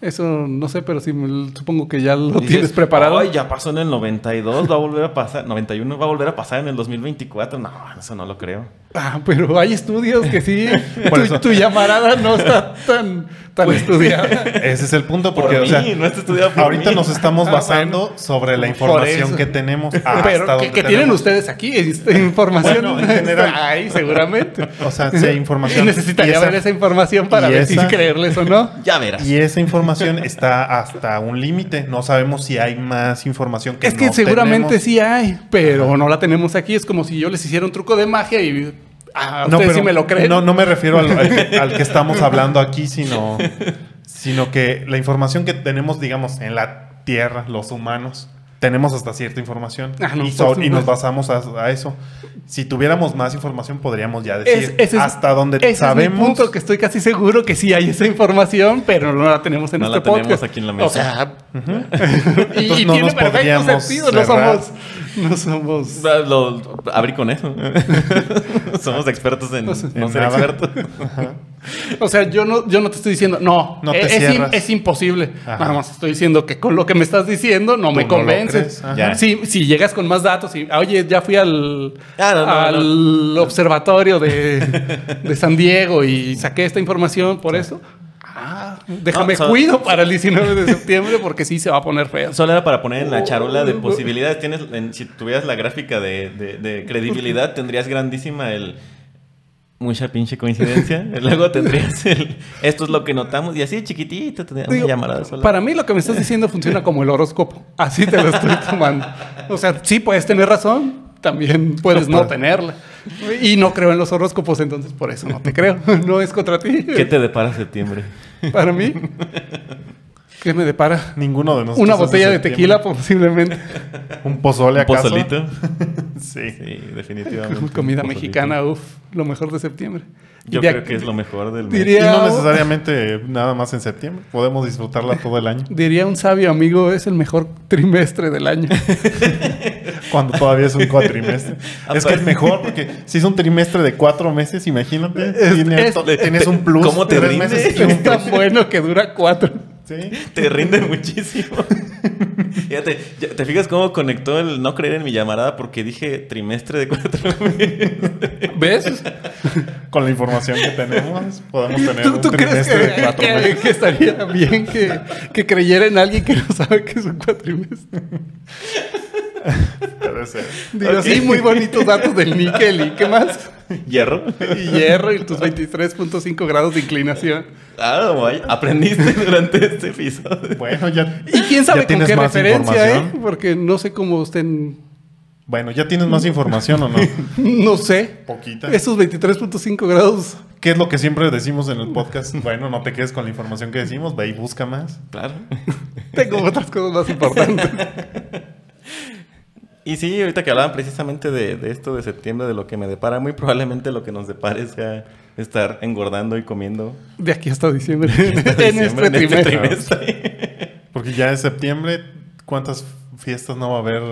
Eso no sé, pero sí, me- supongo que ya lo
Dices,
tienes preparado.
Ay, ya pasó en el 92, va a volver a pasar, 91 va a volver a pasar en el 2024. No, eso no lo creo.
Ah, pero hay estudios que sí.
Por
tu,
eso.
tu llamarada no está tan, tan
Pues,
estudiada.
Ese es el punto,
Por
porque, o
mí,
sea,
no está estudiado por
ahorita
mí.
nos estamos
Ah,
basando sobre la
Por
información
eso.
que tenemos. ah, hasta
pero
donde
que, que tienen
tenemos.
ustedes aquí es- información.
Bueno, en general.
Ay, seguramente.
O sea, sí, hay información.
Y necesitaría
Y esa-
ver esa información para
y
ver
esa-
si creerles o no.
Ya verás.
Y esa información está hasta un límite. No sabemos si hay más información que
es que
no
seguramente
tenemos.
sí hay, pero no la tenemos aquí. Es como si yo les hiciera un truco de magia y ah, ustedes sí
pero
me lo creen.
No, no me refiero al, al que, al que estamos hablando aquí, sino, sino que la información que tenemos, digamos, en la Tierra, los humanos, tenemos hasta cierta información.
Ah, no, por
y, so- y
supuesto.
nos basamos a, a eso. Si tuviéramos más información, podríamos ya
Es-
decir
ese es-
hasta donde
ese es mi
sabemos.
punto que estoy casi seguro que sí hay esa información, pero no la tenemos en
No
este
la tenemos
podcast.
aquí en la mesa.
O sea, y,
Entonces
y
no
tiene
nos
perfecto
podríamos
sentido. No
cerrar.
somos, no somos
Lo, abrí con eso. Somos expertos en no
sé.
ser
nada.
expertos.
O sea, yo no, yo no te estoy diciendo, no, e-
No te
es, es
cierras.
es imposible.
Ajá.
Nada más estoy diciendo que con lo que me estás diciendo no me
no lo
convences.
crees, ajá.
Ya.
si, si llegas con más datos y, ah, oye, ya fui al,
Ah, no, no,
al observatorio de, de San Diego y saqué esta información por eso. Ah, déjame
No, so-
cuido para el 19 de septiembre porque sí se va a poner feo.
Solo era para poner en la charola de posibilidades. Tienes, en- si tuvieras la gráfica de, de- de credibilidad, tendrías grandísima el. Mucha pinche coincidencia. Luego tendrías el. Esto es lo que notamos. Y así chiquitito tendrías una
Digo,
llamarada sola.
Para mí lo que me estás diciendo funciona como el horóscopo. Así te lo estoy tomando. O sea, sí puedes tener razón, también puedes no tenerla. Y no creo en los horóscopos, entonces por eso no te creo. No es contra ti.
¿Qué te depara septiembre?
Para mí, ¿qué me depara?
Ninguno de nosotros.
Una
es de
botella de
septiembre.
tequila posiblemente.
Un pozole
¿Un
acaso.
pozolito?
Sí.
Sí, definitivamente. un
Comida
pozolito.
mexicana, uff, lo mejor de septiembre.
Yo
De
creo
ac-
que es lo mejor del mes.
Diría-
Y no necesariamente nada más en septiembre. Podemos disfrutarla todo el año.
Diría un sabio amigo, es el mejor trimestre del año.
Cuando todavía es un cuatrimestre. es que es
Aparte-
mejor porque si es un trimestre de cuatro meses, imagínate. tiene
es-
to- tienes un plus.
¿Cómo te
tres
rinde?
meses y un
es
plus.
tan bueno que dura cuatro.
Sí.
Te rinde muchísimo. Fíjate, ya- ¿te fijas cómo conectó el no creer en mi llamarada? Porque dije trimestre de cuatro meses.
¿Ves?
Con la información que tenemos, podemos tener
¿Tú,
un
tú crees
trimestre de
que,
cuatro
que-
meses.
que estaría bien que, que creyera en alguien que no sabe que es un cuatrimestre?
Puede ser.
Digo,
Ok.
sí, muy bonitos datos del níquel y qué más.
¿Hierro?
Y hierro y tus 23.5 grados de inclinación.
Ah, guay. Aprendiste durante este episodio.
Bueno, ya.
Y quién sabe
ya
con
tienes
qué
más
referencia, ¿eh?
información.
Porque no sé cómo estén.
Bueno, ya tienes más información o no.
No sé.
Poquita.
Esos 23.5 grados.
¿Qué es lo que siempre decimos en el podcast? Bueno, no te quedes con la información que decimos, ve y busca más.
Claro.
Tengo otras cosas más importantes.
Y sí, ahorita que hablaban precisamente de, de esto de septiembre, de lo que me depara, muy probablemente lo que nos depare sea estar engordando y comiendo.
De aquí hasta diciembre.
hasta
en
diciembre,
este trimestre.
trimestre.
Porque ya en septiembre, ¿cuántas fiestas no va a haber?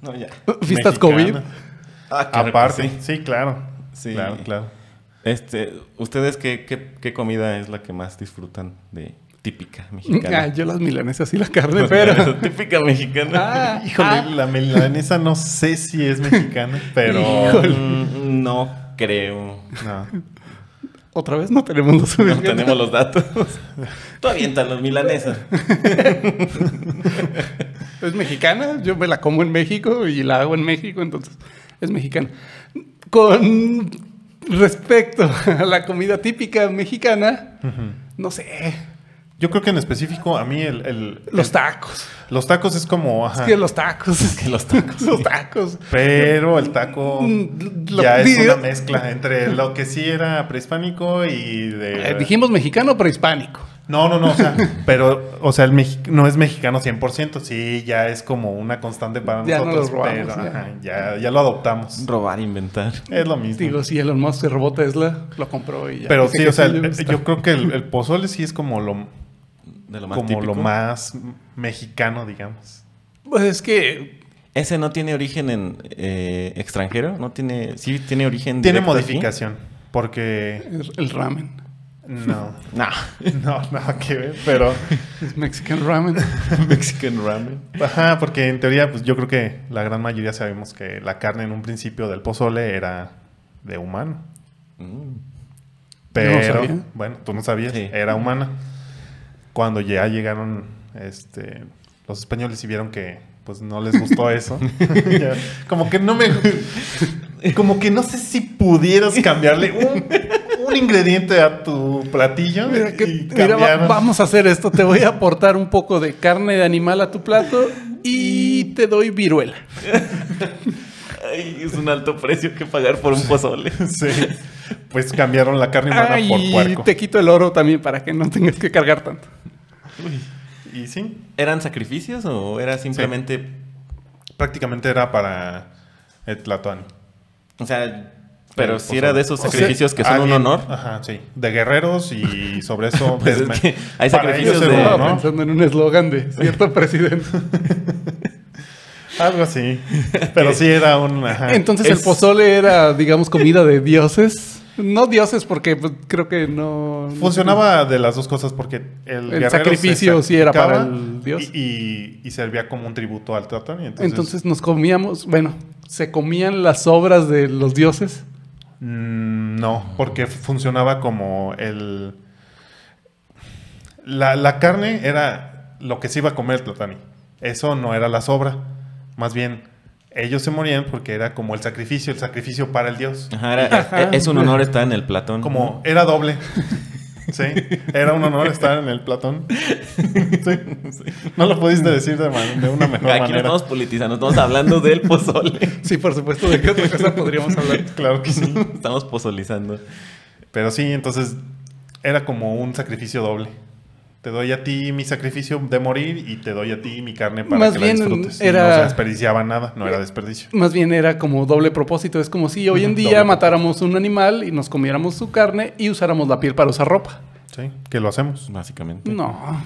No, ya.
Fiestas COVID.
mexicanas?
Ah, claro que
Aparte,
sí.
sí. claro.
Sí.
Claro, claro.
Este, ¿Ustedes qué, qué, qué comida es la que más disfrutan de típica
Ah,
mexicana?
yo las milanesas y la carne, pero.
Típica mexicana.
Ah,
Híjole,
ah,
la milanesa no sé si es mexicana, pero
Híjole.
Mm, no creo.
no.
otra vez no tenemos los
No tenemos los datos. Tú avientas los milanesas.
Es mexicana, yo me la como en México y la hago en México, entonces es mexicana. Con respecto a la comida típica mexicana, no sé,
Yo creo que en específico a mí el, el-
los
el-
tacos.
los tacos es como ajá,
Es que los tacos, es que
los tacos,
los tacos.
pero el taco
Mm, lo-
ya es
di-
una mezcla entre lo que sí era prehispánico y de
Eh, dijimos mexicano prehispánico.
No, no, no, o sea, pero, o sea, el mexi- no es mexicano 100%, sí, ya es como una constante para
Ya no
nosotros,
lo robamos,
pero
ya.
ajá, ya. ya lo adoptamos.
Robar, inventar.
Es lo mismo.
Digo, si Elon Musk se robó Tesla, lo compró y ya.
pero
Dice
sí,
que
o sea,
sí,
el-
está.
yo creo que el, el pozole sí es como lo,
De lo más
como
típico.
lo más mexicano, digamos.
Pues es que
Ese no tiene origen en eh, extranjero, no tiene, sí tiene origen.
Tiene
directo aquí.
modificación, porque
es el ramen,
no,
No.
no, nada que ver, pero,
es Mexican ramen.
Mexican ramen.
ajá, porque en teoría, pues yo creo que la gran mayoría sabemos que la carne en un principio del pozole era de humano.
Mm.
Pero,
sabía.
bueno, tú no sabías,
Sí.
era humana. Cuando ya llegaron este, los españoles y vieron que pues no les gustó eso. ya, como que no me... Como que no sé si pudieras cambiarle un, un ingrediente a tu platillo.
Mira, que-
y
mira, va-
cambiaron.
vamos a hacer esto. Te voy a aportar un poco de carne de animal a tu plato y te doy viruela.
Ay, es un alto precio que pagar por un pozole.
Sí. Pues cambiaron la carne humana
Ay,
por puerco.
te quito el oro también para que no tengas que cargar tanto.
Y sí,
¿Eran sacrificios o era simplemente.
prácticamente era para el tlatoani.
O sea, pero
El
si era de
pozole.
esos
O sea,
sacrificios que son
alguien-
un honor.
Ajá, sí. De guerreros y sobre eso.
Pues es
desme-
que hay
para
sacrificios
ellos
de-
era un
Estaba
honor.
pensando en un eslogan de cierto presidente.
Algo así. Pero sí era un. ajá.
Entonces
Es-
el pozole era, digamos, comida de dioses. No dioses porque pues, creo que no...
Funcionaba de las dos cosas porque el, guerrero se
sacrificio sí era para
sacrificaba
el dios.
Y, y- y servía como un tributo al Tlatoani. Entonces,
Entonces nos comíamos, bueno, se comían las obras de los dioses.
mm, no, porque funcionaba como el. La, la carne era lo que se iba a comer el Tlatoani. Eso no era la sobra. Más bien, ellos se morían porque era como el sacrificio, el sacrificio para el dios.
Ajá, era- e,
Ajá.
Es un honor estar en el platón.
Como era doble. Sí, era un honor estar en el Platón. Sí. No lo pudiste decir de, man- de una mejor
Aquí no
manera.
estamos politizando, estamos hablando del pozole.
Sí, por supuesto, de qué otra cosa podríamos hablar.
Claro que sí.
Estamos pozolizando.
Pero sí, entonces era como un sacrificio doble. Te doy a ti mi sacrificio de morir y te doy a ti mi carne para
Más
que
bien,
la disfrutes. Y
era-
No se desperdiciaba nada, no era desperdicio.
Más bien era como doble propósito. Es como si hoy en
Ujú,
día
doble
matáramos un animal y nos comiéramos su carne y usáramos la piel para usar ropa.
Sí, que lo hacemos.
Básicamente.
No.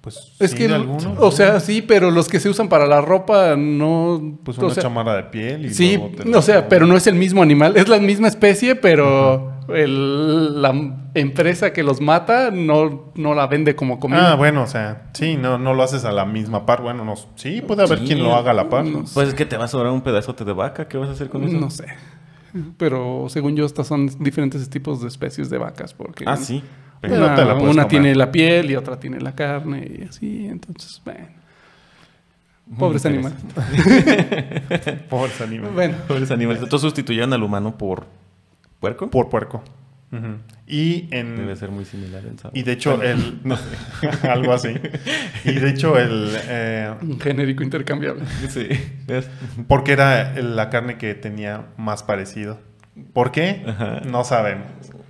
Pues
Es
sí,
que,
de alguno.
o sea, sí, pero los que se usan para la ropa no.
pues
o
una
sea,
chamarra de piel y
Sí,
luego te
o
la-
sea, pero no es el mismo animal, es la misma especie, pero el- la m- empresa que los mata no, no la vende como comida.
Ah, bueno, o sea, sí, no, no lo haces a la misma par. Bueno, no, sí, puede haber
Sí.
quien lo haga a la par.
No
Pues es que te va a sobrar un pedazote de vaca. ¿Qué vas a hacer con eso?
no sé. Pero según yo, estas son diferentes tipos de especies de vacas. Porque
Ah, sí.
Pero
una,
no te la puedes
una
comer.
tiene la piel y otra tiene la carne y así. Entonces, bueno. Pobres animales.
interesante.
Pobres animales.
Bueno,
Pobres
Pues
animales. Entonces sustituyeron al humano por puerco.
Por puerco. Ujú. Y en.
Debe ser muy similar el sabor.
Y de hecho, el. algo así. Y de hecho, el. eh,
un genérico intercambiable.
Sí. Es-
porque era el- la carne que tenía más parecido. ¿Por qué?
Ajá.
No sabemos.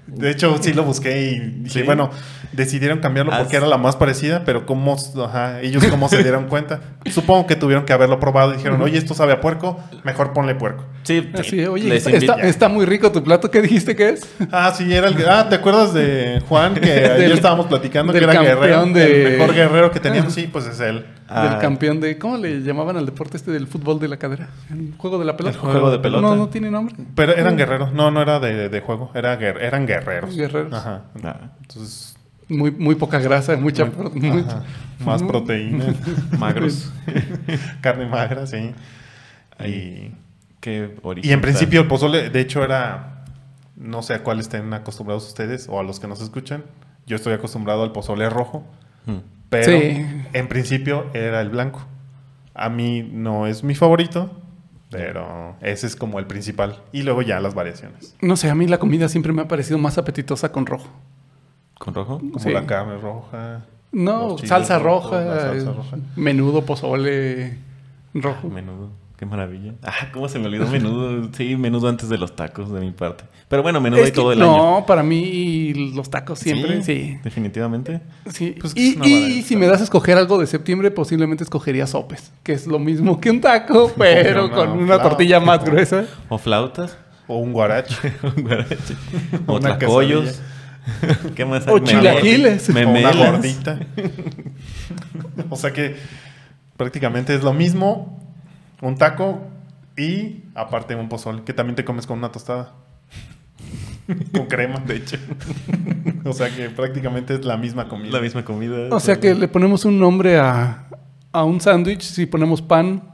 De hecho, sí lo busqué y dije,
Sí.
bueno, decidieron cambiarlo
Ah,
porque
sí.
era la más parecida, pero ¿cómo, ajá, ellos cómo se dieron cuenta? Supongo que tuvieron que haberlo probado y dijeron, oye, esto sabe a puerco, mejor ponle puerco.
Sí.
Así, oye,
les
está, está-
invito-
está muy rico tu plato. ¿Qué dijiste que es?
Ah, sí, era el... Ah, ¿te acuerdas de Juan que ayer
Del-
estábamos platicando
del
que era guerrero?
campeón de-
El mejor guerrero que teníamos, sí, pues es él.
Ah,
Del campeón de. ¿Cómo le llamaban al deporte este del fútbol de la cadera? El juego de la pelota.
El juego de pelota.
No, no tiene nombre.
Pero
Mm.
eran guerreros, no, no era de, de juego, era guer- eran guerreros.
Guerreros.
Ajá.
ah,
Entonces,
Muy, muy poca grasa, mucha. pro- muy-
ajá, más
muy-
proteína,
magros.
carne magra, sí. Y,
Ahí. Qué original.
y en principio el pozole, de hecho, era, no sé a cuál estén acostumbrados ustedes o a los que nos escuchan. Yo estoy acostumbrado al pozole rojo,
Mm.
pero
Sí.
en principio era el blanco. A mí no es mi favorito, pero ese es como el principal. Y luego ya las variaciones,
No sé, a mí la comida siempre me ha parecido más apetitosa con rojo.
¿Con rojo?
como
Sí.
la carne roja.
No,
los chiles
salsa
rojos,
roja, eh,
la salsa roja.
menudo, pozole rojo.
Menudo. Qué maravilla. Ah, cómo se me olvidó menudo. Sí, menudo antes de los tacos de mi parte. Pero bueno, menudo
Es
hay todo
que-
el año.
no, para mí los tacos siempre, sí.
Definitivamente.
Sí,
Pues que
y,
es una
y
maravilla.
si me das a escoger algo de septiembre, posiblemente escogería sopes, que es lo mismo que un taco, pero
no,
con una
claro.
tortilla más gruesa.
O flautas.
O un guarache.
Un guarache. o
Una
tlacoyos. ¿Qué más hay?
O
Meme-
chilaquiles.
O una
Memelas.
gordita. o sea que prácticamente es lo mismo un taco y aparte un pozol, que también te comes con una tostada. con crema, de hecho. o sea que prácticamente es la misma comida.
La misma comida.
O sea que le ponemos un nombre a, a un sándwich si ponemos pan,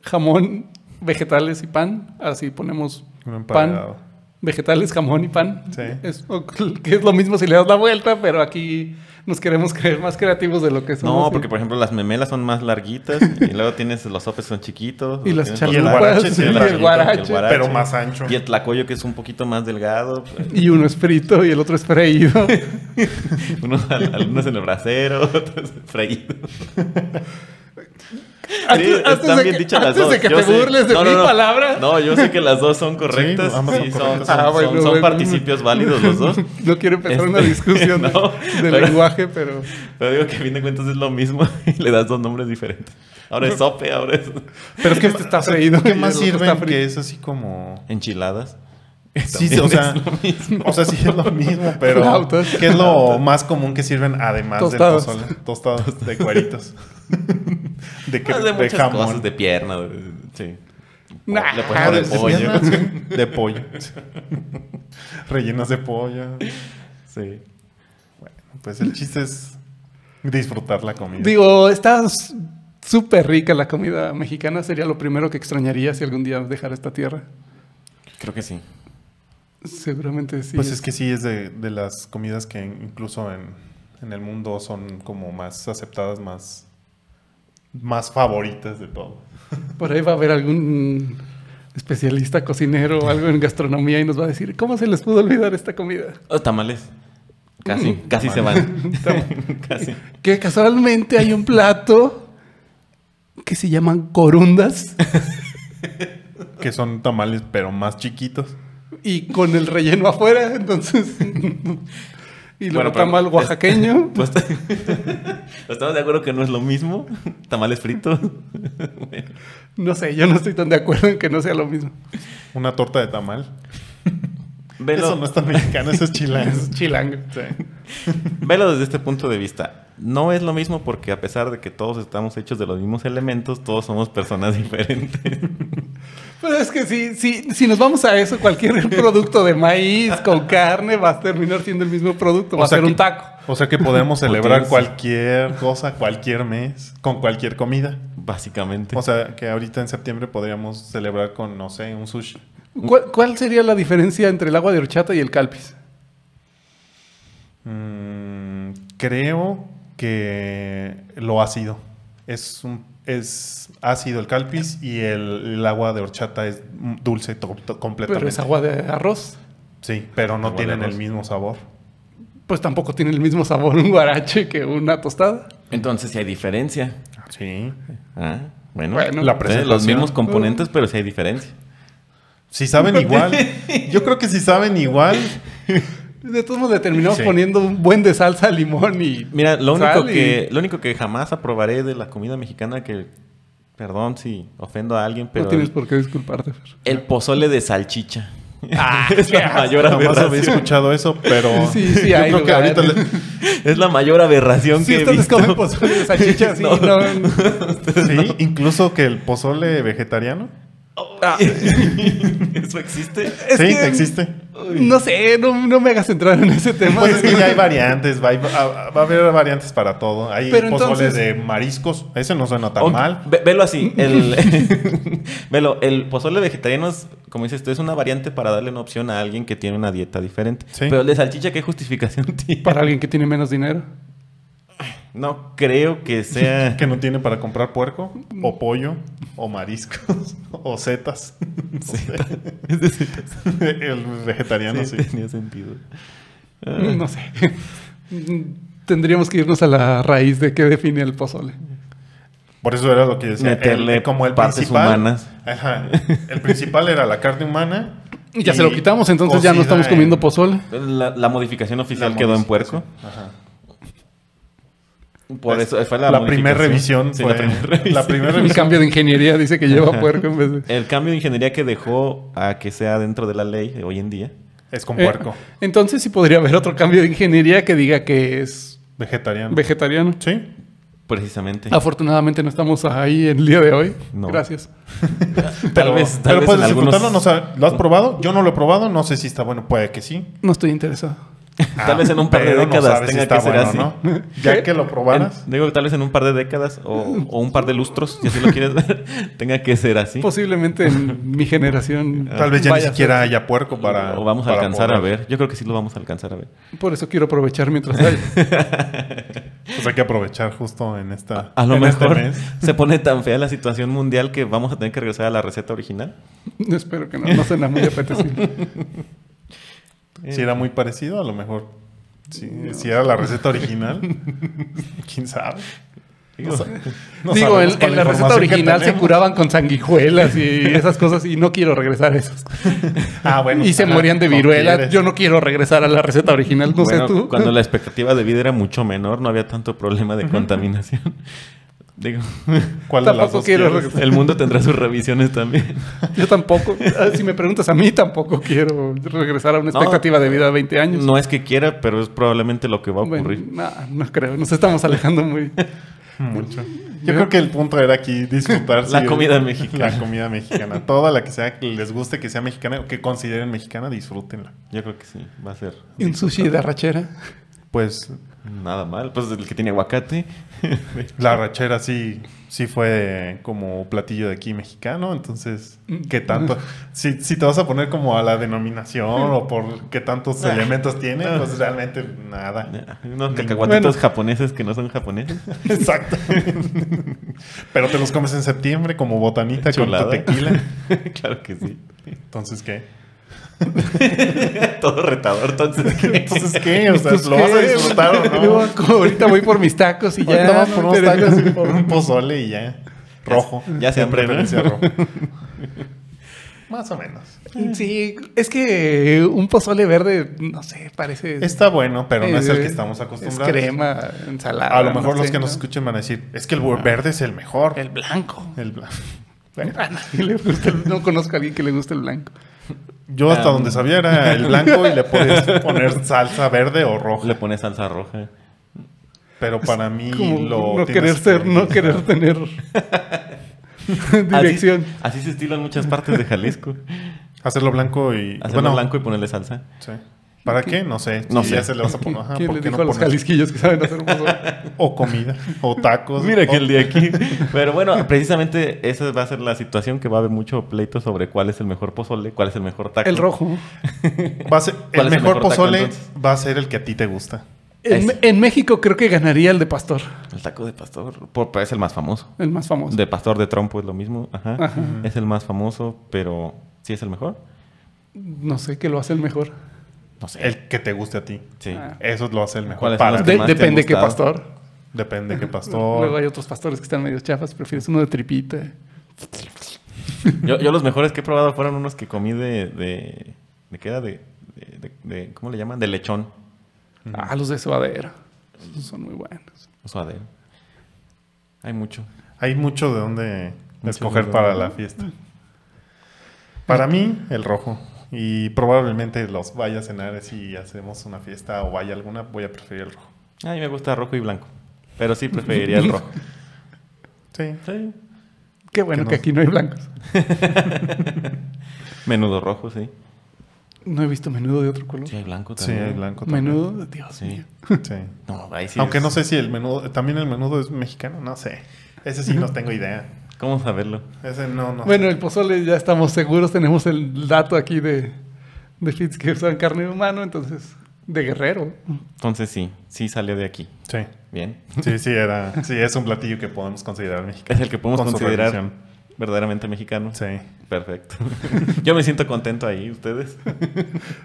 jamón, vegetales y pan. Así ponemos
Un
pan,
emparedado.
vegetales, jamón y pan.
Sí.
Es, o- que es lo mismo si le das la vuelta, pero aquí nos queremos creer más creativos de lo que somos.
No,
y-
porque por ejemplo las memelas son más larguitas y luego tienes los sopes son chiquitos.
Y
luego
las
tienes los
Y el
chalupas,
guarache, sí,
y el,
el guarache,
el
guarache.
guarache.
Pero más ancho.
Y el tlacoyo que es un poquito más delgado, pues,
Y uno es frito y el otro es freído.
unos, al- algunos en el brasero, otros freído.
Antes-
Sí,
antes
están
de
bien
que-
dichas las
antes
dos.
de que
yo
te burles de mi palabra.
No, yo sé que las dos son correctas.
ambas son
Sí, son,
correctas.
son-
Ah,
son-
bueno,
son
bueno.
participios válidos los dos.
No quiero empezar
Este,
una discusión de-
no,
de,
pero-
lenguaje, pero
Pero digo que a fin de cuentas es lo mismo y le das dos nombres diferentes. Ahora es sope, ahora es
pero es que este está freído. y
¿Qué
el
más
otro está
sirven
frito.
que es así como
enchiladas.
Sí,
También
o sea,
es lo mismo.
o sea, sí es lo mismo, pero
Flautas.
¿qué es lo más común que sirven además
Tostadas.
del pozole? Tostados de cueritos. de, que,
Ah,
de,
de muchas
jamón.
cosas, de pierna, de- de- sí.
Nah,
Le
Ah,
pones de pollo.
piernas, sí. De pollo. Rellenas de pollo.
Sí.
Pues el chiste es disfrutar la comida.
Digo, está s- súper rica la comida mexicana. Sería lo primero que extrañaría si algún día dejara esta tierra.
Creo que sí.
Seguramente sí.
pues es que sí, es de, de las comidas que incluso en, en el mundo son como más aceptadas, más, más favoritas de todo.
Por ahí va a haber algún especialista cocinero o algo en gastronomía y nos va a decir, ¿cómo se les pudo olvidar esta comida?
Oh, tamales. Casi,
Mm,
casi se van. casi.
Que casualmente hay un plato que se llaman corundas
Que son tamales, pero más chiquitos.
y con el relleno afuera. Entonces, Y
Bueno, pero-
luego tamal oaxaqueño.
Pues, estamos de acuerdo que no es lo mismo. Tamales fritos. Bueno,
No sé, yo no estoy tan de acuerdo en que no sea lo mismo.
Una torta de tamal.
velo,
Eso no es tan mexicano, eso es chilango.
Es chilango.
velo desde este punto de vista. No es lo mismo porque a pesar de que todos estamos hechos de los mismos elementos, todos somos personas diferentes.
Pues es que sí, sí, si nos vamos a eso, cualquier producto de maíz con carne va a terminar siendo el mismo producto, va a ser
que-
un taco.
O sea que podemos celebrar
Potencia.
cualquier cosa, cualquier mes, con cualquier comida.
Básicamente.
O sea que ahorita en septiembre podríamos celebrar con, no sé, un sushi.
¿Cuál, cuál sería la diferencia entre el agua de horchata y el calpis?
Mm, creo que lo ácido. Es un es ácido el calpis y el, el agua de horchata es mm, dulce to- to- completamente.
Pero es agua de arroz.
Sí, pero no
Agua de
tienen
arroz.
el mismo sabor.
Pues tampoco tiene el mismo sabor un guarache que una tostada.
Entonces sí hay diferencia.
Sí.
Ah, bueno,
Bueno,
La
Eh,
presentación.
los mismos
Uh.
componentes, pero sí hay diferencia.
Si saben igual. Yo creo que si saben igual.
De todos modos le terminamos
Sí.
poniendo un buen de salsa, limón y...
Mira, lo único,
Sal y-
que, lo único que jamás aprobaré de la comida mexicana que... Perdón si ofendo a alguien, pero...
no tienes por qué disculparte. Fer.
El pozole de salchicha.
Ah,
es
qué
la
asco.
mayor
Jamás había
aberración.
escuchado eso, pero
Sí, sí,
yo
hay
creo que
lugares.
ahorita le-
Es la mayor aberración
Si
que he
ustedes
visto.
comen pozole de salchicha, sí,
No.
no, no.
Sí, incluso que el pozole vegetariano.
Ah,
¿Eso existe?
Es
sí,
que-
existe.
No sé, no, no me hagas entrar en ese tema.
Pues es que ya hay variantes, va, hay- va- va a haber variantes para todo. Hay
Pero
pozoles
entonces-
de mariscos, ese no suena tan
O-
mal.
ve- velo así. El, velo, el pozole vegetariano es, como dices tú, es una variante para darle una opción a alguien que tiene una dieta diferente.
Sí.
Pero el de salchicha, ¿qué justificación tiene?
Para alguien que tiene menos dinero.
No creo que sea...
Que no tiene para comprar puerco,
Mm.
o pollo, o mariscos, o setas.
Es de setas.
El vegetariano,
Sí,
sí.
tenía sentido. Ah,
No sé. Tendríamos que irnos a la raíz de qué define el pozole.
Por eso era lo que decía. el-
Meterle
como el
partes
principal.
humanas.
Ajá. El principal era la carne humana.
Y ya se lo quitamos, entonces ya no
cocida
estamos comiendo
en-
pozole.
La, la modificación oficial
la
quedó en puerco.
modificación. Ajá.
Por
Es-
eso fue la,
la primera
modificación.
revisión.
Sí,
fue-
la primera revisión.
la primera
El
revisión.
cambio de ingeniería dice que lleva puerco en vez de.
El cambio de ingeniería que dejó a que sea dentro de la ley de hoy en día.
Es con
Eh,
puerco.
entonces sí podría haber otro cambio de ingeniería que diga que es
Vegetariano.
vegetariano.
sí.
Precisamente.
Ah, Afortunadamente no estamos ahí el día de hoy.
No.
Gracias.
tal
pero,
vez, tal
pero
vez
puedes
en algunos-
disfrutarlo, no sabes- ¿lo has probado? Yo no lo he probado, no sé si está bueno, puede que sí.
No estoy interesado.
Tal vez en un par de
pero
décadas
sabes
tenga
está
que ser así.
¿no? Ya que lo
En-
probaras,
digo, tal vez en un par de décadas o, o un par de lustros, si así lo quieres ver, tenga que ser así.
Pues,
Posiblemente en mi generación.
Ah.
tal vez ya
vaya
ni
a
siquiera haya puerco para.
o vamos a
para
alcanzar
poder.
a ver. Yo creo que sí lo vamos a alcanzar a ver.
ser. Por eso quiero aprovechar mientras hay.
Pues hay que aprovechar justo en esta.
A lo
en este
mejor
mes.
se pone tan fea la situación mundial que vamos a tener que regresar a la receta original.
Espero que no, no suena muy apetecible. Eh,
Si era muy parecido, a lo mejor. Si, si era la receta original, quién sabe.
Digo,
No
Digo,
sabemos
en,
con
en la receta
información que
original se
tenemos.
curaban con sanguijuelas y esas cosas y no quiero regresar a esas.
Ah, bueno.
y se
ajá,
morían de
no
viruela.
quieres.
Yo no quiero regresar a la receta original, no
bueno,
sé tú.
Cuando la expectativa de vida era mucho menor, no había tanto problema de contaminación. Digo,
¿Cuál de las
Tampoco
dos
quiero
quieres?
regresar.
el mundo tendrá sus revisiones también.
Yo tampoco. Ah, Si me preguntas a mí, tampoco quiero regresar a una
No.
expectativa de vida de 20 años.
No es que quiera, pero es probablemente lo que va a
Bueno,
ocurrir.
no, no creo. Nos estamos alejando muy.
Mucho. Yo creo que el punto era aquí disfrutar
La
sí,
comida mexicana.
La comida mexicana. Toda la que sea que les guste que sea mexicana o que consideren mexicana, disfrútenla.
Yo creo que sí, va a ser
¿Y un sushi de arrachera.
Pues
nada mal. Pues el que tiene aguacate.
la rachera sí, sí fue como platillo de aquí mexicano, entonces, ¿qué tanto? Si, si te vas a poner como a la denominación o por qué tantos
Ah.
elementos tiene,
Ah.
pues realmente nada.
Unos eh, cacahuatitos
Bueno.
japoneses que no son japoneses.
Exacto. Pero te los comes en septiembre como botanita
Chulada.
con tu tequila.
claro que sí.
Entonces, ¿qué?
Todo retador, entonces. ¿qué?
Entonces, ¿qué? O sea,
Pues,
¿lo vas a
¿qué?
disfrutar o no?
Yo ahorita voy por mis tacos y
Ahorita
ya.
vamos
no
por
me
unos
interesa.
tacos y por un pozole y ya. Rojo.
ya se
De
hambre, ¿no?
preferencia rojo. Más o menos.
Sí, es que un pozole verde, no sé, parece.
Está bueno, pero no es el que
eh,
estamos
es
acostumbrados.
crema, ensalada.
A lo mejor
no
los
sé,
que nos
¿no?
escuchen van a decir, es que el
Ah.
verde es el mejor.
El blanco.
El blanco.
A nadie le gusta el- no conozco a alguien que le guste el blanco.
Yo hasta
Ah.
donde sabía era el blanco y le podías poner salsa verde o roja.
Le pones salsa roja.
Pero para mí
Como
lo
no
tienes
querer
que
ser, no
guisar.
querer tener dirección.
Así, así se estila en muchas partes de Jalisco.
Hacerlo blanco y...
Hacerlo
bueno,
blanco y ponerle salsa.
sí. ¿Para qué? No sé.
No
Si
sé.
Ya se le vas a poner... Ajá,
¿Quién
¿por
le
qué
dijo
no
a los
pones-
jalisquillos que saben hacer pozole?
O comida. O tacos.
Mira que
o-
el día aquí. Pues, oh. Pero bueno, precisamente esa va a ser la situación que va a haber mucho pleito sobre cuál es el mejor pozole, cuál es el mejor taco.
El rojo.
Va a ser-
es el
el mejor
mejor taco,
pozole
entonces?
va a ser el que a ti te gusta.
En, en México creo que ganaría el de pastor,
El taco de pastor por- es el más famoso.
el más famoso.
De pastor de trompo es lo mismo. Ajá.
Ajá.
Es el más famoso, pero ¿sí es el mejor?
No sé qué lo hace el mejor.
No sé.
El que te guste a ti.
Sí.
Ah.
Eso lo hace el mejor.
¿Cuáles son
Para
los
ti.
que
De-
más te han
depende qué
gustado?
pastor.
Depende qué
Luego
pastor.
hay otros pastores que están medio chafas, prefieres uno de tripita.
Yo, yo los mejores que he probado fueron unos que comí de... ¿De, de qué era? De, de- de- de- ¿Cómo le llaman? De lechón.
Ah, los de suadero. Esos son muy buenos.
O suadero. Hay mucho.
Hay mucho de dónde
Mucho
escoger
de
para
dónde.
la fiesta. Para mí, el rojo. Y probablemente los vaya a cenar si hacemos una fiesta o vaya alguna, voy a preferir el rojo.
A mí me gusta rojo y blanco. Pero sí preferiría el rojo.
Sí.
Sí.
Qué bueno
Que
que
no-
aquí no hay blancos.
Menudo rojo, sí.
No he visto menudo de otro color.
Sí, hay blanco
Sí,
también.
el blanco también.
Menudo, Dios
Sí.
mío.
Sí.
No, ahí sí.
Aunque
es-
no sé si el menudo, también el menudo es mexicano, no sé. Ese sí no tengo idea.
¿Cómo saberlo?
Ese no, no.
Bueno,
sé.
el pozole ya estamos seguros, tenemos el dato aquí de, de Fitz que usan carne humano, entonces, de guerrero.
Entonces sí, sí salió de aquí.
Sí.
Bien.
Sí, sí, era. Sí, es un platillo que podemos considerar mexicano.
Es el que podemos
Con su
considerar
revisión.
verdaderamente mexicano.
Sí.
Perfecto. Yo me siento contento ahí, ustedes.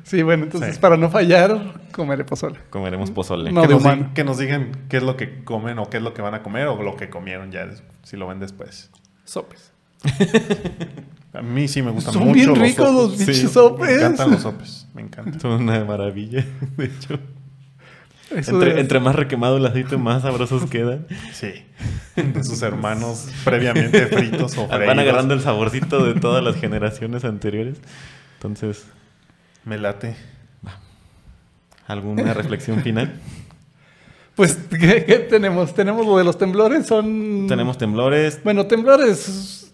Sí, bueno, entonces
Sí.
para no fallar, comeré pozole.
Comeremos pozole.
No.
que,
de
nos di-
humano.
que nos digan qué es lo que comen o qué es lo que van a comer o lo que comieron ya, des- si lo ven después.
Sopes.
A mí sí me gustan
Son
mucho
bien ricos los
Sí,
pinches sopes.
Me encantan los sopes, me encantan.
Son una maravilla, de hecho.
Eso
Entre,
de-
entre más requemado el aceite, más sabrosos quedan.
Sí, de sus hermanos previamente fritos o
Ah, Van
freídos.
agarrando el saborcito de todas las generaciones anteriores. Entonces,
Me late.
¿alguna reflexión final?
Pues, ¿qué, qué tenemos? Tenemos lo de los temblores, son...
Tenemos temblores.
Bueno, temblores.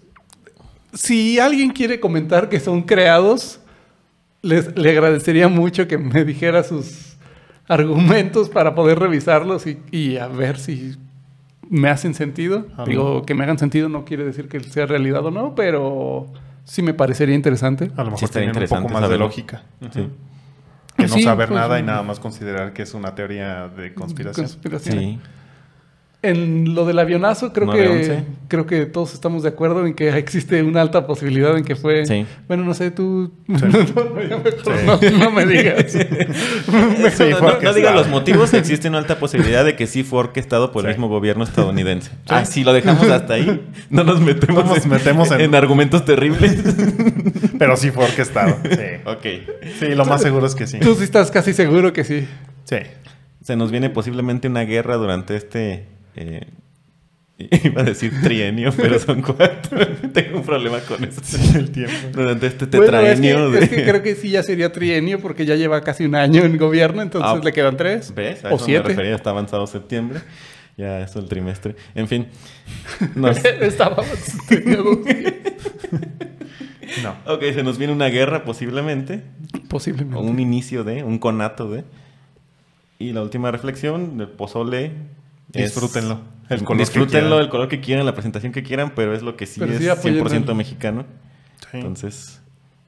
Si alguien quiere comentar que son creados, les, le agradecería mucho que me dijera sus argumentos para poder revisarlos y, y a ver si me hacen sentido.
A mí.
Digo, que me hagan sentido no quiere decir que sea realidad o no, pero sí me parecería interesante.
A lo mejor
estaría
tienen un poco
interesante
más de
saberlo.
lógica.
Sí.
Que no
Sí,
saber
pues,
nada y
sí.
nada más considerar que es una teoría de conspiración.
Conspiración.
Sí.
En lo del avionazo, creo
9-11.
que, creo que todos estamos de acuerdo en que existe una alta posibilidad en que fue.
Sí.
Bueno, no sé, tú. No, ya mejor no- no me digas.
Eso,
Sí,
no- no,
fue
no digan
orquestado.
los motivos, existe una alta posibilidad de que sí fue orquestado por el
Sí.
mismo gobierno estadounidense. Ah, si lo dejamos hasta ahí, no nos metemos,
No nos
en,
metemos en-
en argumentos terribles.
Pero sí fue orquestado. Sí.
ok.
sí, lo más seguro es que sí.
Tú sí estás casi seguro que sí.
Sí.
Se nos viene posiblemente una guerra durante este. eh, iba a decir trienio, pero son cuatro. Tengo un problema con eso.
Sí, el tiempo.
Durante este
Bueno, es que,
tetraenio. de-
es que creo que sí ya sería trienio porque ya lleva casi un año en gobierno, entonces
Ah.
le quedan tres.
¿Ves? A
O
eso Me
siete.
refería, está avanzado septiembre. Ya es el trimestre. En fin. Nos-
Estábamos. teníamos-
No.
ok, se nos viene una guerra posiblemente. O
Posiblemente.
un inicio de, un conato de. Y la última reflexión, el pozole. es-
Disfrútenlo. El color que
Disfrútenlo,
quieran.
el color que quieran, la presentación que quieran, pero es lo que sí
Pero
es
sí apoyen
100%
el-
mexicano.
Sí.
Entonces,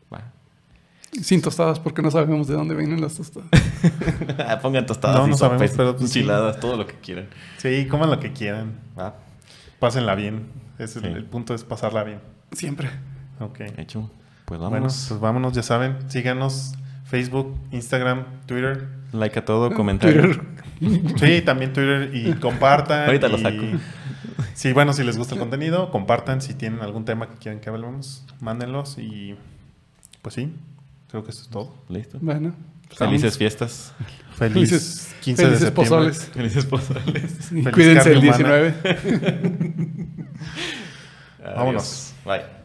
va.
Sin tostadas porque no sabemos de dónde vienen las tostadas.
Pongan tostadas,
No,
y
no sabemos,
sopes,
pero pues sí.
enchiladas, todo lo que quieran.
Sí, coman lo que quieran.
Va,
Pásenla bien. Ese es
Sí.
el, el punto es pasarla bien.
Siempre.
Ok.
hecho. Pues
Bueno,
vámonos.
pues vámonos, ya saben. Síganos. Facebook, Instagram, Twitter.
like a todo, comentario.
Twitter.
Sí, también Twitter. Y compartan.
Ahorita lo
y-
saco.
Sí, bueno, si les gusta el contenido, compartan. Si tienen algún tema que quieran que hablemos, mándenlos. Y Pues sí, creo que eso es todo.
Listo.
Bueno,
Felices fiestas.
Feliz
Felices-
15 de
felices
septiembre.
pozoles.
Felices posales.
y cuídense el
carne humana.
19.
Adiós.
Vámonos.
Bye.